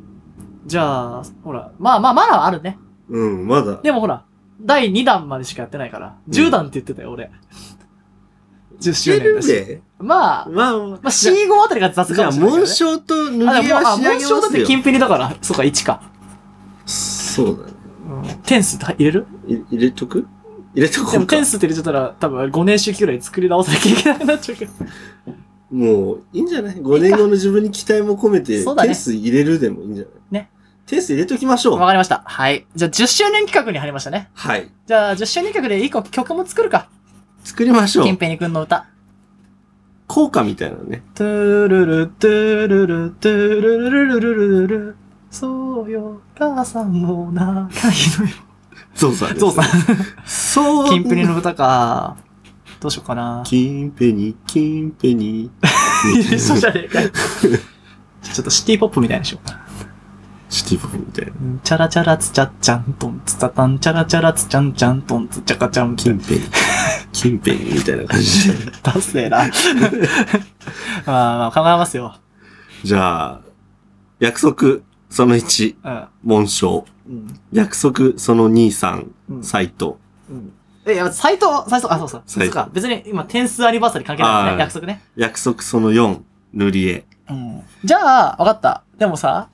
B: じゃあ、ほら、まあまあ、まだあるね。
A: うん、まだ。
B: でもほら、第2弾までしかやってないから、
A: ん
B: 10弾って言ってたよ、俺。10周
A: 知って
B: 年
A: る
B: だし。
A: で
B: まあ、
A: まあま
B: ま
A: あ。
B: あ、C5 あたりが雑
A: じ
B: か
A: ゃ
B: も
A: あ、
B: しれないけど
A: 紋
B: ね。
A: 章と塗り
B: あ、で
A: 絵
B: も、あ、
A: は仕上
B: 紋
A: げ
B: 章だっ
A: ます
B: て
A: よ。
B: 金ピリだから、そうか、1か。
A: そうだね。
B: うん、点数入れる
A: い入れとく入れと
B: で
A: こ
B: も
A: うか
B: 点。数って入れちゃったら、多分5年周期ぐらい作り直さなきゃいけなくなっちゃうけど。
A: もう、いいんじゃない ?5 年後の自分に期待も込めて、
B: そうだね
A: 点数入れるでもいいんじゃない
B: ね。
A: 点数入れときましょ
B: わ
A: う。
B: かりました。はい。じゃあ、10周年企画に入りましたね。
A: はい。
B: じゃあ、10周年企画で1個曲も作るか。
A: 作りましょ
B: 金
A: う。
B: ペニ君の歌。
A: 効果みたいなのね。
B: トゥルルトゥルルトゥルルルルルルルそうよ、母さんも長いのよ。
A: ゾウさんです。
B: ゾウさん。
A: そう。
B: 金ペニの歌か。どうしようかな。
A: 金ペニ、金ペ ニ。
B: 一緒じゃねえかよ。ちょっとシティポップみたいにしようかな。
A: シティポップみたいな。
B: うんチャラチャラツチャッチャントンツタタンチャラチャラツチャンチャントンツチャカチャン
A: 金ペニ。 金ペニみたいな感じで。
B: ダセえな。まあまあ考えますよ。
A: じゃあ、約束、その1、
B: うん。
A: 紋章。
B: うん。
A: 約束、その2、3、
B: うん。
A: サイト。
B: うんえ、いや、斎藤、斎藤、あ、そうそう。
A: 斉藤
B: そうか。別に今、点数アニバーサリー関係ないから
A: あー
B: ね。約束ね。
A: 約束、その4、塗り絵。
B: うん。じゃあ、わかった。でもさ、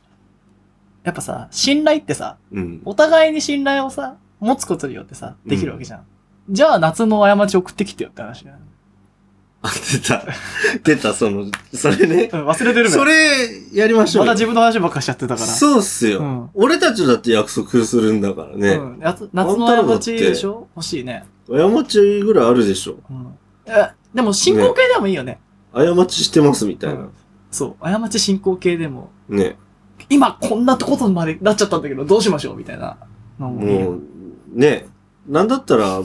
B: やっぱさ、信頼ってさ、
A: うん。
B: お互いに信頼をさ、持つことによってさ、できるわけじゃん。じゃあ、夏の過ち送ってきてよって話だよね。
A: あ、出た。出た、その、それね。
B: うん、 忘れてる
A: そ
B: ね。
A: れ、やりましょ
B: ま
A: う
B: た
A: よ。
B: 自分の話ばっかしちゃってたから。
A: そうっすよ、
B: うん
A: 俺たちだって約束するんだからね。
B: うん、夏夏の過ちでしょ欲しいね。
A: 過ちぐらいあるでしょ。
B: うん。え、でも進行形でもいいよね。
A: 過ちしてますみたいな。
B: そう。過ち進行形でも、
A: ね。
B: 今こんなとことまでなっちゃったんだけど、どうしましょうみたいなのもいいよ
A: もう、ね。なんだったら、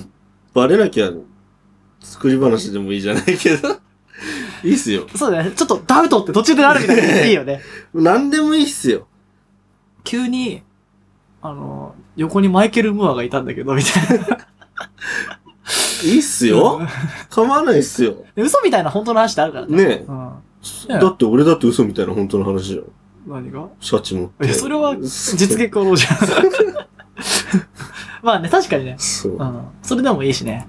A: バレなきゃ、作り話でもいいじゃないけ ど。いいっすよ。
B: そうだね。ちょっとダウトって途中であるみたいな。いいよね。
A: なんでもいいっすよ。
B: 急に、あの、横にマイケル・ムーアがいたんだけど、みたいな。
A: いいっすよ。構わないっすよ。
B: で 嘘みたいな本当の話ってあるからね。
A: ね
B: うん。
A: だって俺だって嘘みたいな本当の話じゃん。
B: 何が
A: シャチも。
B: いや、それは実現可能じゃん。 まあね、確かにね。
A: そう
B: う。ん。それでもいいしね。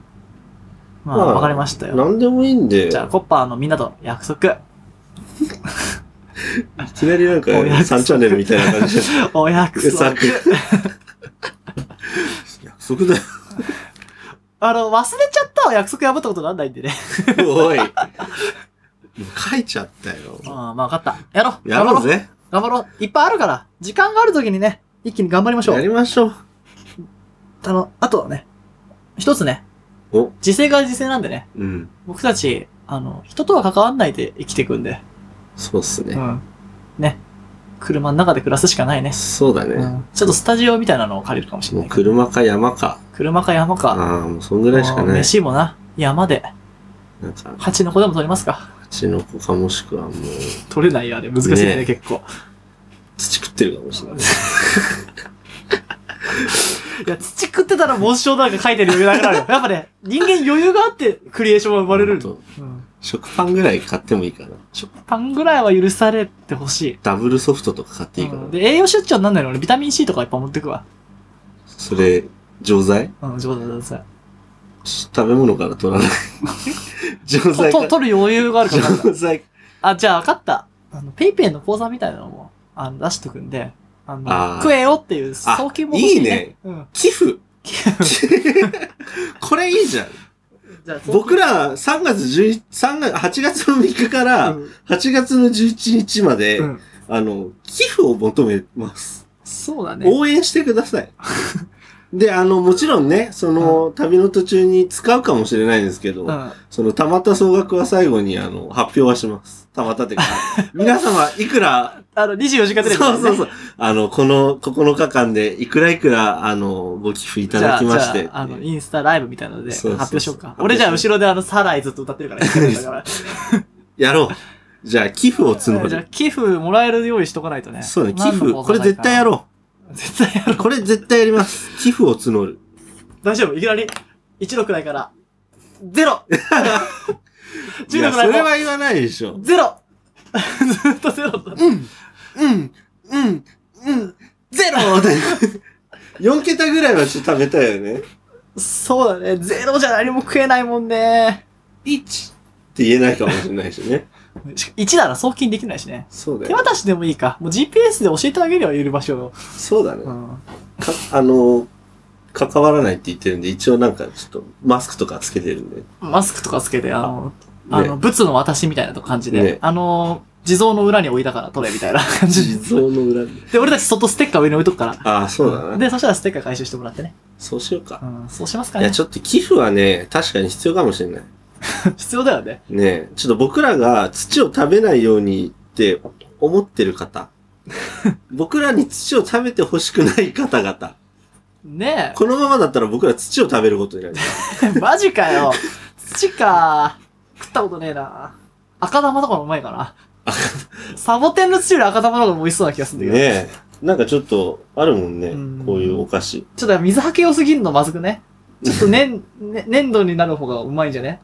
B: まあ、
A: まあ
B: わかりましたよ。
A: なんでもいいんで。
B: じゃあ、コッパーのみんなと約束。
A: いきなりなんか
B: お約束
A: 3チャンネルみたいな感じ で。
B: お約束。
A: 約束だ
B: あの、忘れちゃったは約束破ったことなんないん でね。
A: よ。おい。もう書いちゃったよ。
B: ああ、まあ、分かった。やろう。
A: やろうぜ。
B: 頑張ろう。頑張ろう。いっぱいあるから、時間がある時にね、一気に頑張りましょ
A: や
B: う。
A: りましょう。
B: あの、あとはね、一つね、
A: お、
B: 時勢が時勢なんでね、
A: うん。
B: 僕たち、あの、人とは関わんないで生きていくんで、
A: そうっす
B: う
A: ね。
B: ん。ね。車の中で暮らすしかないね。
A: そうだ
B: う
A: ね。
B: ん。ちょっとスタジオみたいなのを借りるかもしれ
A: も
B: な
A: う
B: いけど。
A: 車か山か。
B: 車か山か。
A: ああ、もうそんぐらいしか
B: もう
A: ない。
B: 飯もな、山で、
A: なんか、
B: 蜂の子でも取りますか。
A: 蜂の子かもしくはもう、
B: 取れないよ、あれ。難しいね、
A: ね
B: 結構。
A: 土食ってるかもしれない。
B: いや、土食ってたら紋章なんか書いてる余裕な くなるよ。やっぱね、人間余裕があってクリエーションは生まれる。
A: ほんと
B: うん。
A: 食パンぐらい買ってもいいかな。
B: 食パンぐらいは許されてほしい。
A: ダブルソフトとか買っていいか
B: う。
A: なん
B: で、栄養出張になんないの俺ビタミン C とかいっぱい持ってくわ。
A: それ、錠剤
B: うん、冗談ださ
A: 食べ物から取ら ない。錠
B: い。と、
A: 剤
B: と、
A: か。
B: 取る余裕があるからなんだ
A: 錠。剤。
B: あ、じゃあ分かった。あの、ペイペイの口座みたいなのも、あの、出しとくんで、あの、
A: あー
B: 食えよっていう送金も欲しいね。
A: いいね
B: うん。
A: 寄付これいいじゃん。
B: じゃあ
A: 僕、ら3月11、3月、8月の3日か
B: う
A: ら
B: ん
A: 8月の11日まで、
B: うん
A: あの、寄付を求めます。
B: そうだね。
A: 応援してください。で、あの、もちろんね、その、旅の途中に使うかもしれないんですけど、
B: うん
A: その、たまった総額は最後に、あの、発表はします。たまったってい うか、皆様、いくら、
B: あの、24時間テレビ、ね。。
A: そうそうそうう、あの、この9日間で、いくらいくら、あの、ご寄付いただきまして
B: じゃ。あ、あの、インスタライブみたいなので、発
A: そうそうそう
B: 表しようか。
A: 発表しよう
B: 俺じゃあ、後ろであの、サライずっと歌って るから、だから。
A: やろう。じゃあ、寄付を募
B: じゃあ、
A: る。
B: 寄付もらえる用意しとかないとね。
A: そうね、寄付。これ絶対や
B: う。
A: ろ
B: 絶対やろ
A: う。これ絶対やります。寄付を募る。
B: う。大丈夫いきなり、1の位から、ゼロ
A: い
B: !10
A: や、
B: の
A: それ
B: 位も、
A: は言わないでしょ。
B: ゼロ ずっとゼロだった。
A: うん、うん、うん、うん、ゼ ロ4桁ぐらいはちょっと食べたいよね。
B: そうだね。ゼロじゃ何も食えないもんね。
A: 1って言えないかもしれないしね。
B: 1なら送金できないしね。
A: そうだ
B: 手
A: よ。
B: 渡しでもいいか。もう GPS で教えてあげるよ、いる場所を。
A: そうだね
B: う。ん。
A: か、あの、関わらないって言ってるんで、一応なんかちょっとマスクとかつけてるんで。
B: マスクとかつけて、あの、あ
A: ね。
B: の、仏の私みたいな感じで、
A: ね
B: あの、地蔵の裏に置いたから取れみたいな感じ
A: 地
B: で。
A: 蔵の裏に。
B: で、俺たち外ステッカー上に置いとくから。
A: ああ、そうだな。
B: で、そしたらステッカー回収してもらってね。
A: そうしようか
B: う。ん、そうしますか
A: いや、
B: ね。
A: ちょっと寄付はね、確かに必要かもしれない。
B: 必要だよね。
A: ねえ、ちょっと僕らが土を食べないようにって思ってる 方。僕らに土を食べてほしくない方々。
B: ね
A: このままだったら僕ら土を食べることになる。
B: え。 マジかよ。土か。食ったことねえな。赤玉とかもうまいかな。サボテンの土より赤玉の方が美味しそうな気がするんだけど。
A: ねえ。なんかちょっとあるもんね
B: うん。
A: こういうお菓子。
B: ちょっと水はけ良すぎるのまずくね。ちょっと粘、ね、粘土になる方がうまいんじゃね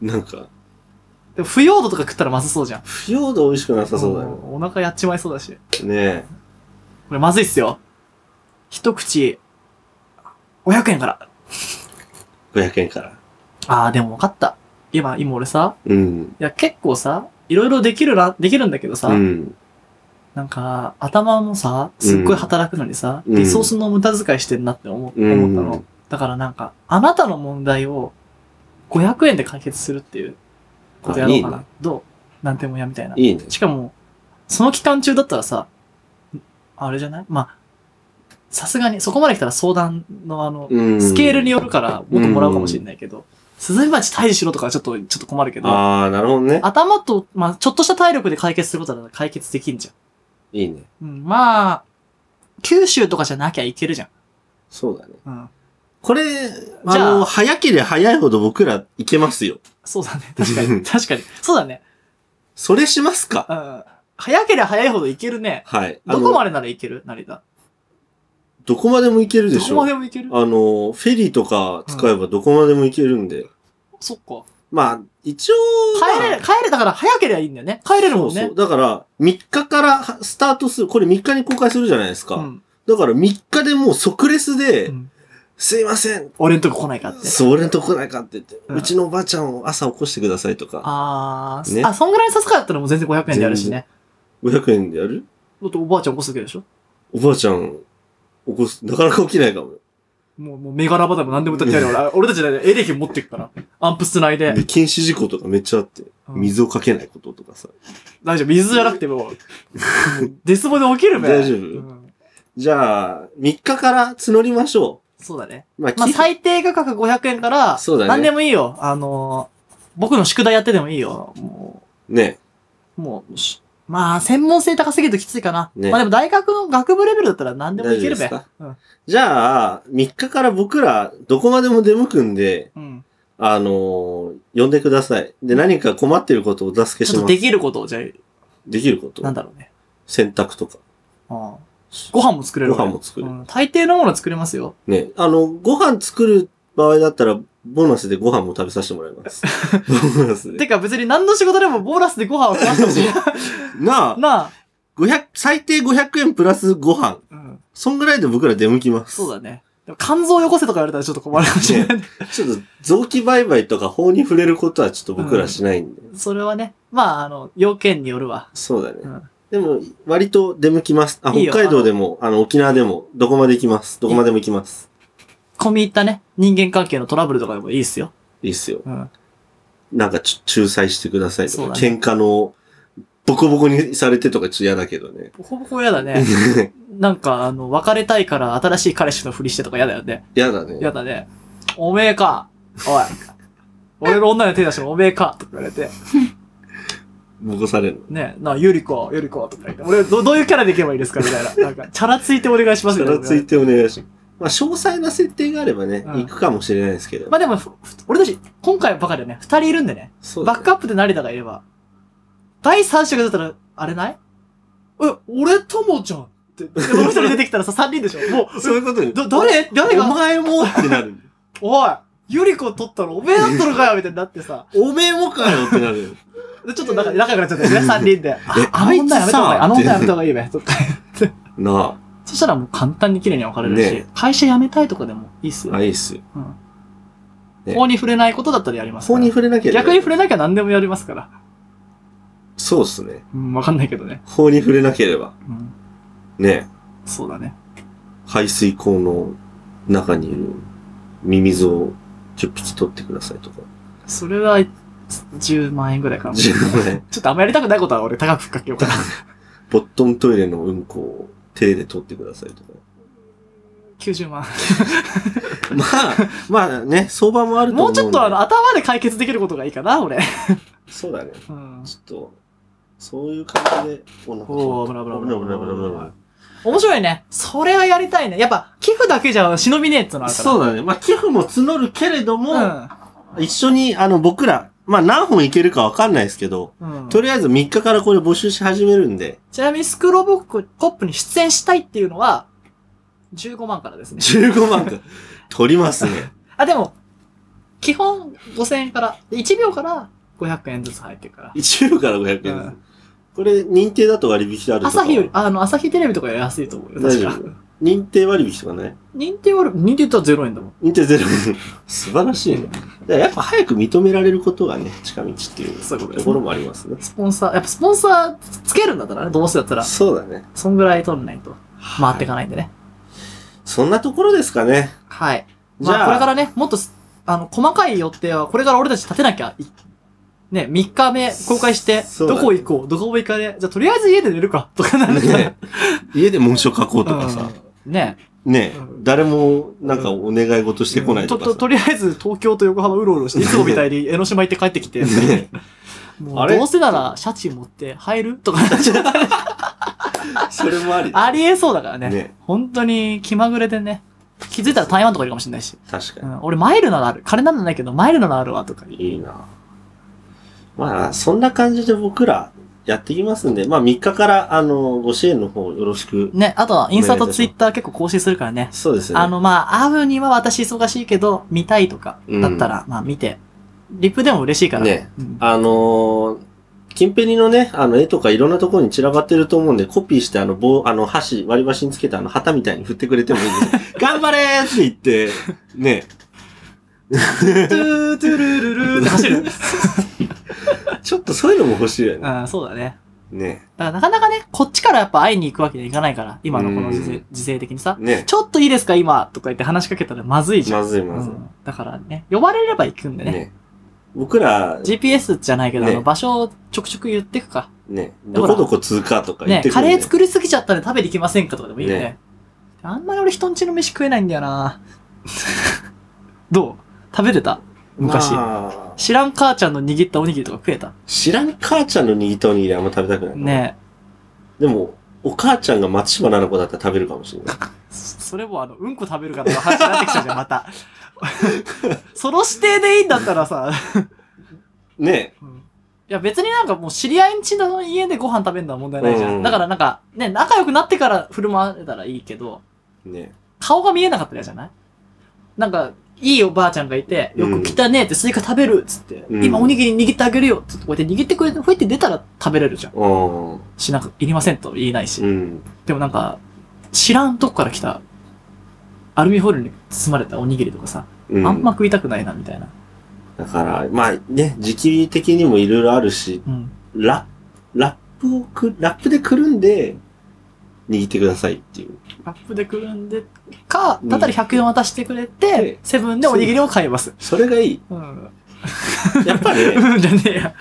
A: なんか、
B: でも、腐葉土とか食ったらまずそうじゃん。
A: 腐葉土美味しくなさそうだよ
B: お腹やっちまいそうだし。
A: ね。ね
B: これまずいっすよ。一口、500円から。
A: え。500円から。
B: あー、でも分かった。今、今俺さ、
A: うん。
B: いや、結構さ、いろいろできるな、できるんだけどさ、
A: うん。
B: なんか、頭もさ、すっごい働くのにさ、
A: うん
B: リソースの無駄遣いしてんなって思,、
A: うん
B: 思ったの。だからなんか、あなたの問題を500円で解決するっていうことやろうかな。
A: あいいね
B: どうなんてもんやみたいな。
A: いいね。
B: しかも、その期間中だったらさ、あれじゃないまあ、さすがに、そこまで来たら相談のあの、
A: うん。
B: スケールによるから、もっともらうかもしれないけど、スズメバチ退治しろとかはちょっと、ちょっと困るけど、
A: ああ、なるほどね。
B: 頭と、まあ、ちょっとした体力で解決することなら解決できんじ
A: いいね。
B: ゃん。うん、まあ、九州とかじゃなきゃいけるじゃん。
A: そうだね。
B: うん。
A: これ、あ
B: ゃあ
A: の、早ければ早いほど僕らいけますよ。
B: そ うだね。確かに。確かに。そうだね。
A: それしますか
B: うん。早ければ早いほどいけるね。
A: はい。あ
B: ど
A: の
B: こまでならいける成田。
A: どこまでも行けるで
B: ど
A: し
B: こ
A: ょ。
B: までもいける
A: あの、フェリーとか使えばどこまでも行けるんで。
B: そっか。
A: まあ、一応。
B: 帰れる、帰れ、だから早ければいいんだよね。帰れるもんね。
A: そうそう。だから、3日からスタートする。これ3日に公開するじゃないですか。
B: うん
A: だから3日でもう即レスで、
B: うん
A: すいません。
B: 俺んとこ来ないかって。
A: それんとこないかって言って、
B: う
A: うんちのおばあちゃんを朝起こしてくださいとか、
B: あー、
A: ね
B: あ、そんぐらいさすがだったらもう全然500円でやるしね。
A: 500円でやる
B: だっておばあちゃん起こすだけでしょ
A: おばあちゃん、起こす、なかなか起きないかもよ。
B: もう、もう、メガラバでも何でも歌ってやるよ。俺俺たちだエレキ持ってくから。アンプ繋いで。
A: で、禁止事項とかめっちゃあって、
B: うん
A: 水をかけないこととかさ。
B: 大丈夫。水じゃな くてもう、もうデスボで起きるべ。
A: 大丈夫
B: うん
A: じゃあ、3日から募りましょ
B: そうだね。
A: う。まあ、
B: まあ、
A: 寄付
B: 最低価格500円から、
A: そうだね
B: 何でもいいよ。あのー、僕の宿題やってでもいいよ。も
A: ね、
B: う、もう、しまあ、専門性高すぎるときついかな。
A: ね
B: まあでも大学の学部レベルだったら何でもいけるべ
A: 大丈夫です。
B: うん
A: じゃあ、3日から僕ら、どこまでも出向くんで、
B: うん。
A: あのー呼んでください。で、何か困ってることをお助け
B: ち
A: し
B: ょっ
A: ます。
B: とで
A: で
B: きることを、じゃあ、
A: きること
B: なんだろうね。
A: 洗濯とか。
B: うんご飯も作れる
A: ご飯も作れ
B: る、
A: る
B: うん大抵のもの作れますよ。
A: ね、あの、ご飯作る場合だったら、ボーナスでご飯も食べさせてもらい ます。ボーナス
B: て
A: で。
B: か別に何の仕事でもボーナスでご飯を食わしてほし い。
A: なあ、
B: なあ、
A: 500、最低500円プラスご飯。
B: うん。
A: そんぐらいで僕ら出向きます。
B: そうだね。でも肝臓よこせとか言われたらちょっと困るかもしれない。
A: ちょっと、臓器売買とか法に触れることはちょっと僕らしないんで。
B: それはね、まあ、あの、要件によるわ。
A: そうだね。
B: うん
A: でも、割と出向きます。あ、
B: いいよ
A: 北海道でも、あの、沖縄でも、どこまで行きます。どこまでも行きます。
B: 込み入ったね、人間関係のトラブルとかでもいいっすよ。
A: いいっすよ。
B: うん。
A: なんかちょ、仲裁してくださいと
B: そう
A: か、
B: だね
A: 喧嘩の、ボコボコにされてとかちょっと嫌だけどね。
B: ほぼほぼ嫌だね。なんか、あの、別れたいから新しい彼氏のふりしてとか嫌だよね。
A: 嫌だね。
B: 嫌だね。おめえか。おい。俺の女に手出してもおめえか。とか言われて。
A: ボコされるの。
B: ねなあ、ゆりこ、ゆりこ。とか言って。俺、ど、どういうキャラでいけばいいですかみたいな。なんか、チャラついてお願いします
A: ち
B: よ
A: ゃらついてお願いします。まあ、詳細な設定があればね、
B: うん
A: 行くかもしれないですけど。
B: まあでも、ふふ俺たち、今回ばかりはね、二人いるんでね。
A: そうだ
B: バ
A: ね
B: ックアップで成田がいれば、第三者が出たら、あれないえ、俺ともじゃんって。でもう一人出てきたらさ、三人でしょもう、
A: そういうことに。
B: ど、誰誰
A: お
B: が、
A: 前もってな る。
B: おいゆりこ取ったのおめえだったのかよみたいになってさ。
A: おめえもかよってな る。
B: でちょっと仲仲良くなっちゃったよね、三人で。あ
A: え
B: あの女やめた方がいい。あの
A: あいつ
B: 女
A: さ
B: やめた方がいいべ。とか言って
A: な
B: そしたらもう簡単に綺麗に別れるし、
A: ね
B: 会社辞めたいとかでもいいっすよ
A: あ、。あ、いいっすよ。
B: うん
A: ね
B: 法に触れないことだったらやりますか
A: 法
B: ら。
A: に触れなきゃいけない
B: 逆に触れなきゃ何でもやりますから。
A: そうっすね。
B: うん、わかんないけどね。
A: 法に触れなければ。
B: うん、
A: ね
B: そうだね。
A: 排水口の中にいるミミズを10匹取ってくださいとか。
B: それは、10万円ぐらいかな。ち
A: 10
B: ょ
A: 万円。
B: っとあんまやりたくないことは俺高くかけようか な。
A: ボットントイレのうんこを手で取ってくださいとか。
B: 90万。
A: まあ、まあね、相場もあると思
B: も
A: う
B: うんち
A: で。
B: ょっとあの、頭で解決できることがいいかな、俺。
A: そうだね。
B: うん。
A: ちょっと、そういう感じで、お腹
B: おー危ない危ない危ない
A: 危ない危ない危ない
B: 面白いね。それはやりたいね。やっぱ、寄付だけじゃ忍びねえってのあるから。。
A: そううだね。まあ、寄付も募るけれども、
B: う
A: 一緒に、あの、僕ら、まあ、何本いけるかわかんないですけど、
B: ん。うん、
A: とりあえず3日からこれ募集し始めるんで、
B: ちなみに、スクロボックコップに出演したいっていうのは、15万からですね。
A: 15万 か、取りますね。
B: あ、でも、基本5000円から、で1秒から500円ずつ入ってるから。
A: 1秒から500円、
B: うん
A: これ、認定だと割引あるとか
B: 朝日より、あの、朝日テレビとかより安いと思うよ、
A: 大
B: 確
A: 丈
B: か。
A: 夫。認定割引とかね。
B: 認定は、認定言ったら0円だもん。
A: 認定ゼ ロ。素晴らしいね。だからやっぱ早く認められることがね、近道っていう
B: そういうこ
A: と
B: とですね
A: ころもありますね。
B: スポンサー、やっぱスポンサーつけるんだったらね、どうせだったら。
A: そうだね。
B: そんぐらい取らないと。回っていかないんでね。
A: そんなところですかね。
B: はい。
A: じゃあ、
B: まあ、これからね、もっとす、あの、細かい予定は、これから俺たち立てなきゃい、ね、3日目公開して、
A: そうだ
B: ど
A: ね
B: こ行こう、どこも行かねえじゃあ、とりあえず家で寝るか、とかなるから。
A: ね、家で文章書こうとかさ、
B: うんね
A: ね
B: うん
A: 誰もなんかお願い事してこない
B: ち
A: と
B: ょっ
A: か
B: と、
A: さ
B: とりあえず東京と横浜うろうろして、いつもみた いに江ノ島行って帰ってきて、
A: ね、
B: も
A: あ
B: う
A: れ
B: どうせならシャチ持って入るとかなっちゃう
A: それもありだ
B: ありえそうだからね。
A: ね
B: 本当に気まぐれでね。気づいたら台湾とかいるかもしれないし。
A: 確
B: う
A: か
B: ん、俺マイルならある。金なんなないけど、マイルならあるわ、とか。
A: にいいなまあそんな感じで僕らやっていきますんでまあ3日からあのご支援の方よろしく、
B: ね、あとはインスタと
A: お願いいたします
B: ツイッター結構更新するからね。
A: そうですね
B: あの、まあ、会うには私忙しいけど、見たいとか、だったら、まあ見て。リップでも嬉しいから。
A: ね
B: うん
A: あのー近辺にのね、あの、絵とかいろんなところに散らばってると思うんで、コピーして、あの、棒、あの、箸、割り箸につけて、あの、旗みたいに振ってくれてもいいんで、 頑張れーって言って、ね、
B: トゥートゥルルルーって 走る。
A: ちょっとそういうのも欲しいよね。
B: うん、そうだね。
A: ね。
B: だからなかなかね、こっちからやっぱ会いに行くわけにはいかないから、今のこの時
A: う
B: 勢
A: ん
B: 時勢的にさ。
A: ね。
B: ちょっといいですか今とか言って話しかけたらまずいじゃん。
A: まずいうまずい。
B: ん、だからね、呼ばれれば行くんでね。
A: ね。僕ら、
B: GPS じゃないけど、
A: ね
B: あの場所をちょくちょく言ってくか。
A: ね、どこどこ通過とか言っ
B: ね
A: て、く
B: カ
A: るんで
B: レー作りすぎちゃったんで食べに行きませんかとかでもいいよね。
A: ね
B: あんまり俺人んちの飯食えないんだよな どう食べれた昔、
A: まあ
B: 知らん母ちゃんの握ったおにぎりとか食えた
A: 知らん母ちゃんの握ったおにぎりあんま食べたくない。。
B: ね
A: でも、お母ちゃんが松島菜々子だったら食べるかもしれない。
B: え。そそれもあの、うんこ食べるかとか話になってきちゃうじゃん、また。その指定でいいんだったらさ、
A: ね。
B: いや別になんかもう知り合いんちの家でご飯食べるのは問題ないじゃん。
A: うん
B: だからなんかね、仲良くなってから振る舞えたらいいけど、
A: ね。
B: 顔が見えなかったら嫌じゃないなんか、いいおばあちゃんがいて、よく来たねってスイカ食べるっつって、
A: うん
B: 今おにぎり握ってあげるよっつって、こうやって握ってくれて、こうやって出たら食べれるじゃん。
A: うん。
B: しなく、いりませんと言えないし。
A: うん。
B: でもなんか、知らんとこから来た、アルミホイルに包まれたおにぎりとかさ、
A: うん
B: あんま食いたくないなみたいな。
A: だから、まあね、時期的にもいろいろあるし、
B: うん。
A: ララップをく、ラップでくるんで、握ってくださいっていう。
B: カップでくるんで、か、たたり100円渡してくれて
A: で、
B: セブンでおにぎりを買います。
A: それがいい。
B: うん。
A: やっぱ ね、
B: うんじゃねえや。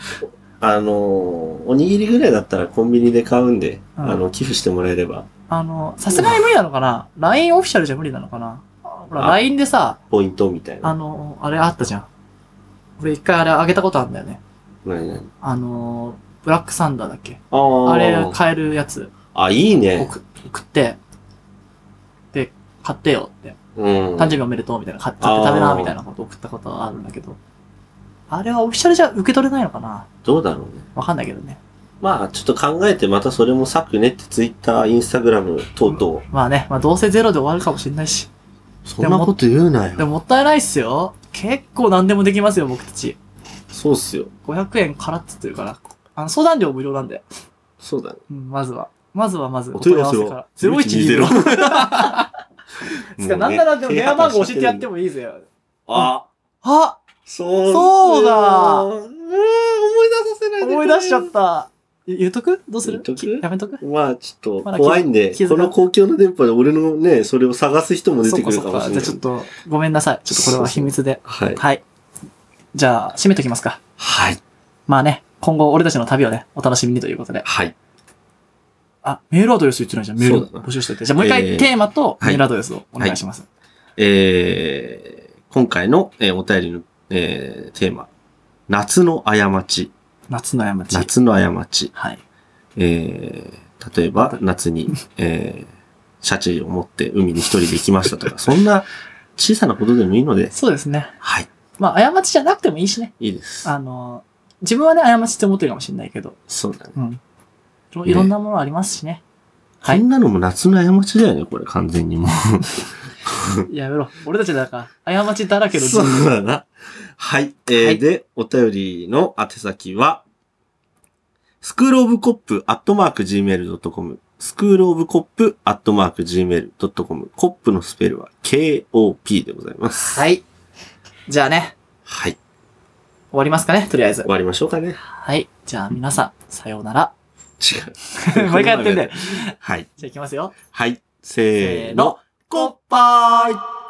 A: あのー、おにぎりぐらいだったらコンビニで買うんで、
B: うん
A: あの、寄付してもらえれば、
B: あの、さすがに無理なのかな ?LINE オフィシャルじゃ無理なのかなほら、
A: あ
B: LINE でさ、
A: ポイントみたい
B: あ
A: な。
B: の、あれあったじゃん。俺一回あれあげたことあるんだよね。
A: 何々
B: あの、ブラックサンダーだっけ
A: あー
B: あれ買えるやつ
A: あ、いいね。
B: 送送って、で、買ってよって。
A: うん。
B: 誕生日おめでとうみたいな、買っちゃって食べな、みたいなこと送ったことはあるんだけど。あれはオフィシャルじゃ受け取れないのかな
A: どうだろうね。
B: わかんないけどね。
A: まあ、ちょっと考えてまたそれも削くねってツイッター、インスタグラム等々。
B: まあね、まあどうせゼロで終わるかもしれないし。
A: そんなこと言うな
B: で
A: よ。
B: ももったいないっすよ。結構何でもできますよ、僕たち。
A: そうっすよ。
B: 500円からっつってるから。あの、相談料無料なんで。
A: そうだね。
B: うん、まずは。まずはまず、
A: お問い合わせは
B: ゼロ一ゼロ。
A: 0120
B: つか、なんならでも電話番号教えてやって
A: も。
B: もいいぜよ。
A: あ、
B: あ
A: そうっすよ
B: そうだ
A: うーん、思い出させないでくれ。
B: 思い出しちゃった。い言うとくどうする
A: 言うとく
B: きやめとく
A: まあ、ちょっ
B: まだ
A: と
B: 気づ
A: 怖いんで、
B: 気づか
A: この公共の電波で俺のね、それを探す人も出てくるかもしれ
B: じゃ
A: な
B: あ
A: い
B: ちょ。っと、ごめんなさい。ちょっとこれは秘密で。
A: はい。
B: はい。じゃあ、締めときますか。
A: はい。
B: まあね、今後俺たちの旅をね、お楽しみにということで。
A: はい。
B: あ、メールアドレス言ってないじゃん。メール
A: そうだな
B: 募集しといて。じゃあもう一
A: え
B: 回
A: ー
B: テーマと
A: はい
B: メールアドレスをお願いします。
A: えー、今回の、えーお便りの、えーテーマ、夏の過ち。
B: 夏の山地。
A: 夏の過ち。
B: はい。
A: えー、例えば夏に、えー、シャチを持って海に一人で行きましたとか、そんな小さなことでもいいので、
B: そうですね。
A: はい。
B: まあ、過ちじゃなくてもいいしね。
A: いいです。
B: あの、自分はね、過ちって思ってるかもしれないけど、
A: そうだね。
B: うん。いろ
A: ね
B: いろんなものありますしね。は
A: こ
B: い
A: んなのも夏の過ちだよね、これ完全にもう。
B: やめろ。俺たちだから、過ちだらけの人
A: そ
B: 生
A: うだな。はい。えー
B: はい
A: で、お便りの宛先は、スクールオブコップアットマーク Gmail.com。スクールオブコップアットマーク Gmail.com。コップのスペルは KOP でございます。
B: はい。じゃあね、
A: はい。
B: 終わりますかね、とりあえず
A: 終。わりましょうかね。違
B: はい。じゃあ皆さん、さよう なら。
A: う。
B: もう一回やってんだよ。
A: はい。
B: じゃあ行きますよ。
A: はい。せー
B: せー
A: の
B: の。。
A: コッパーイ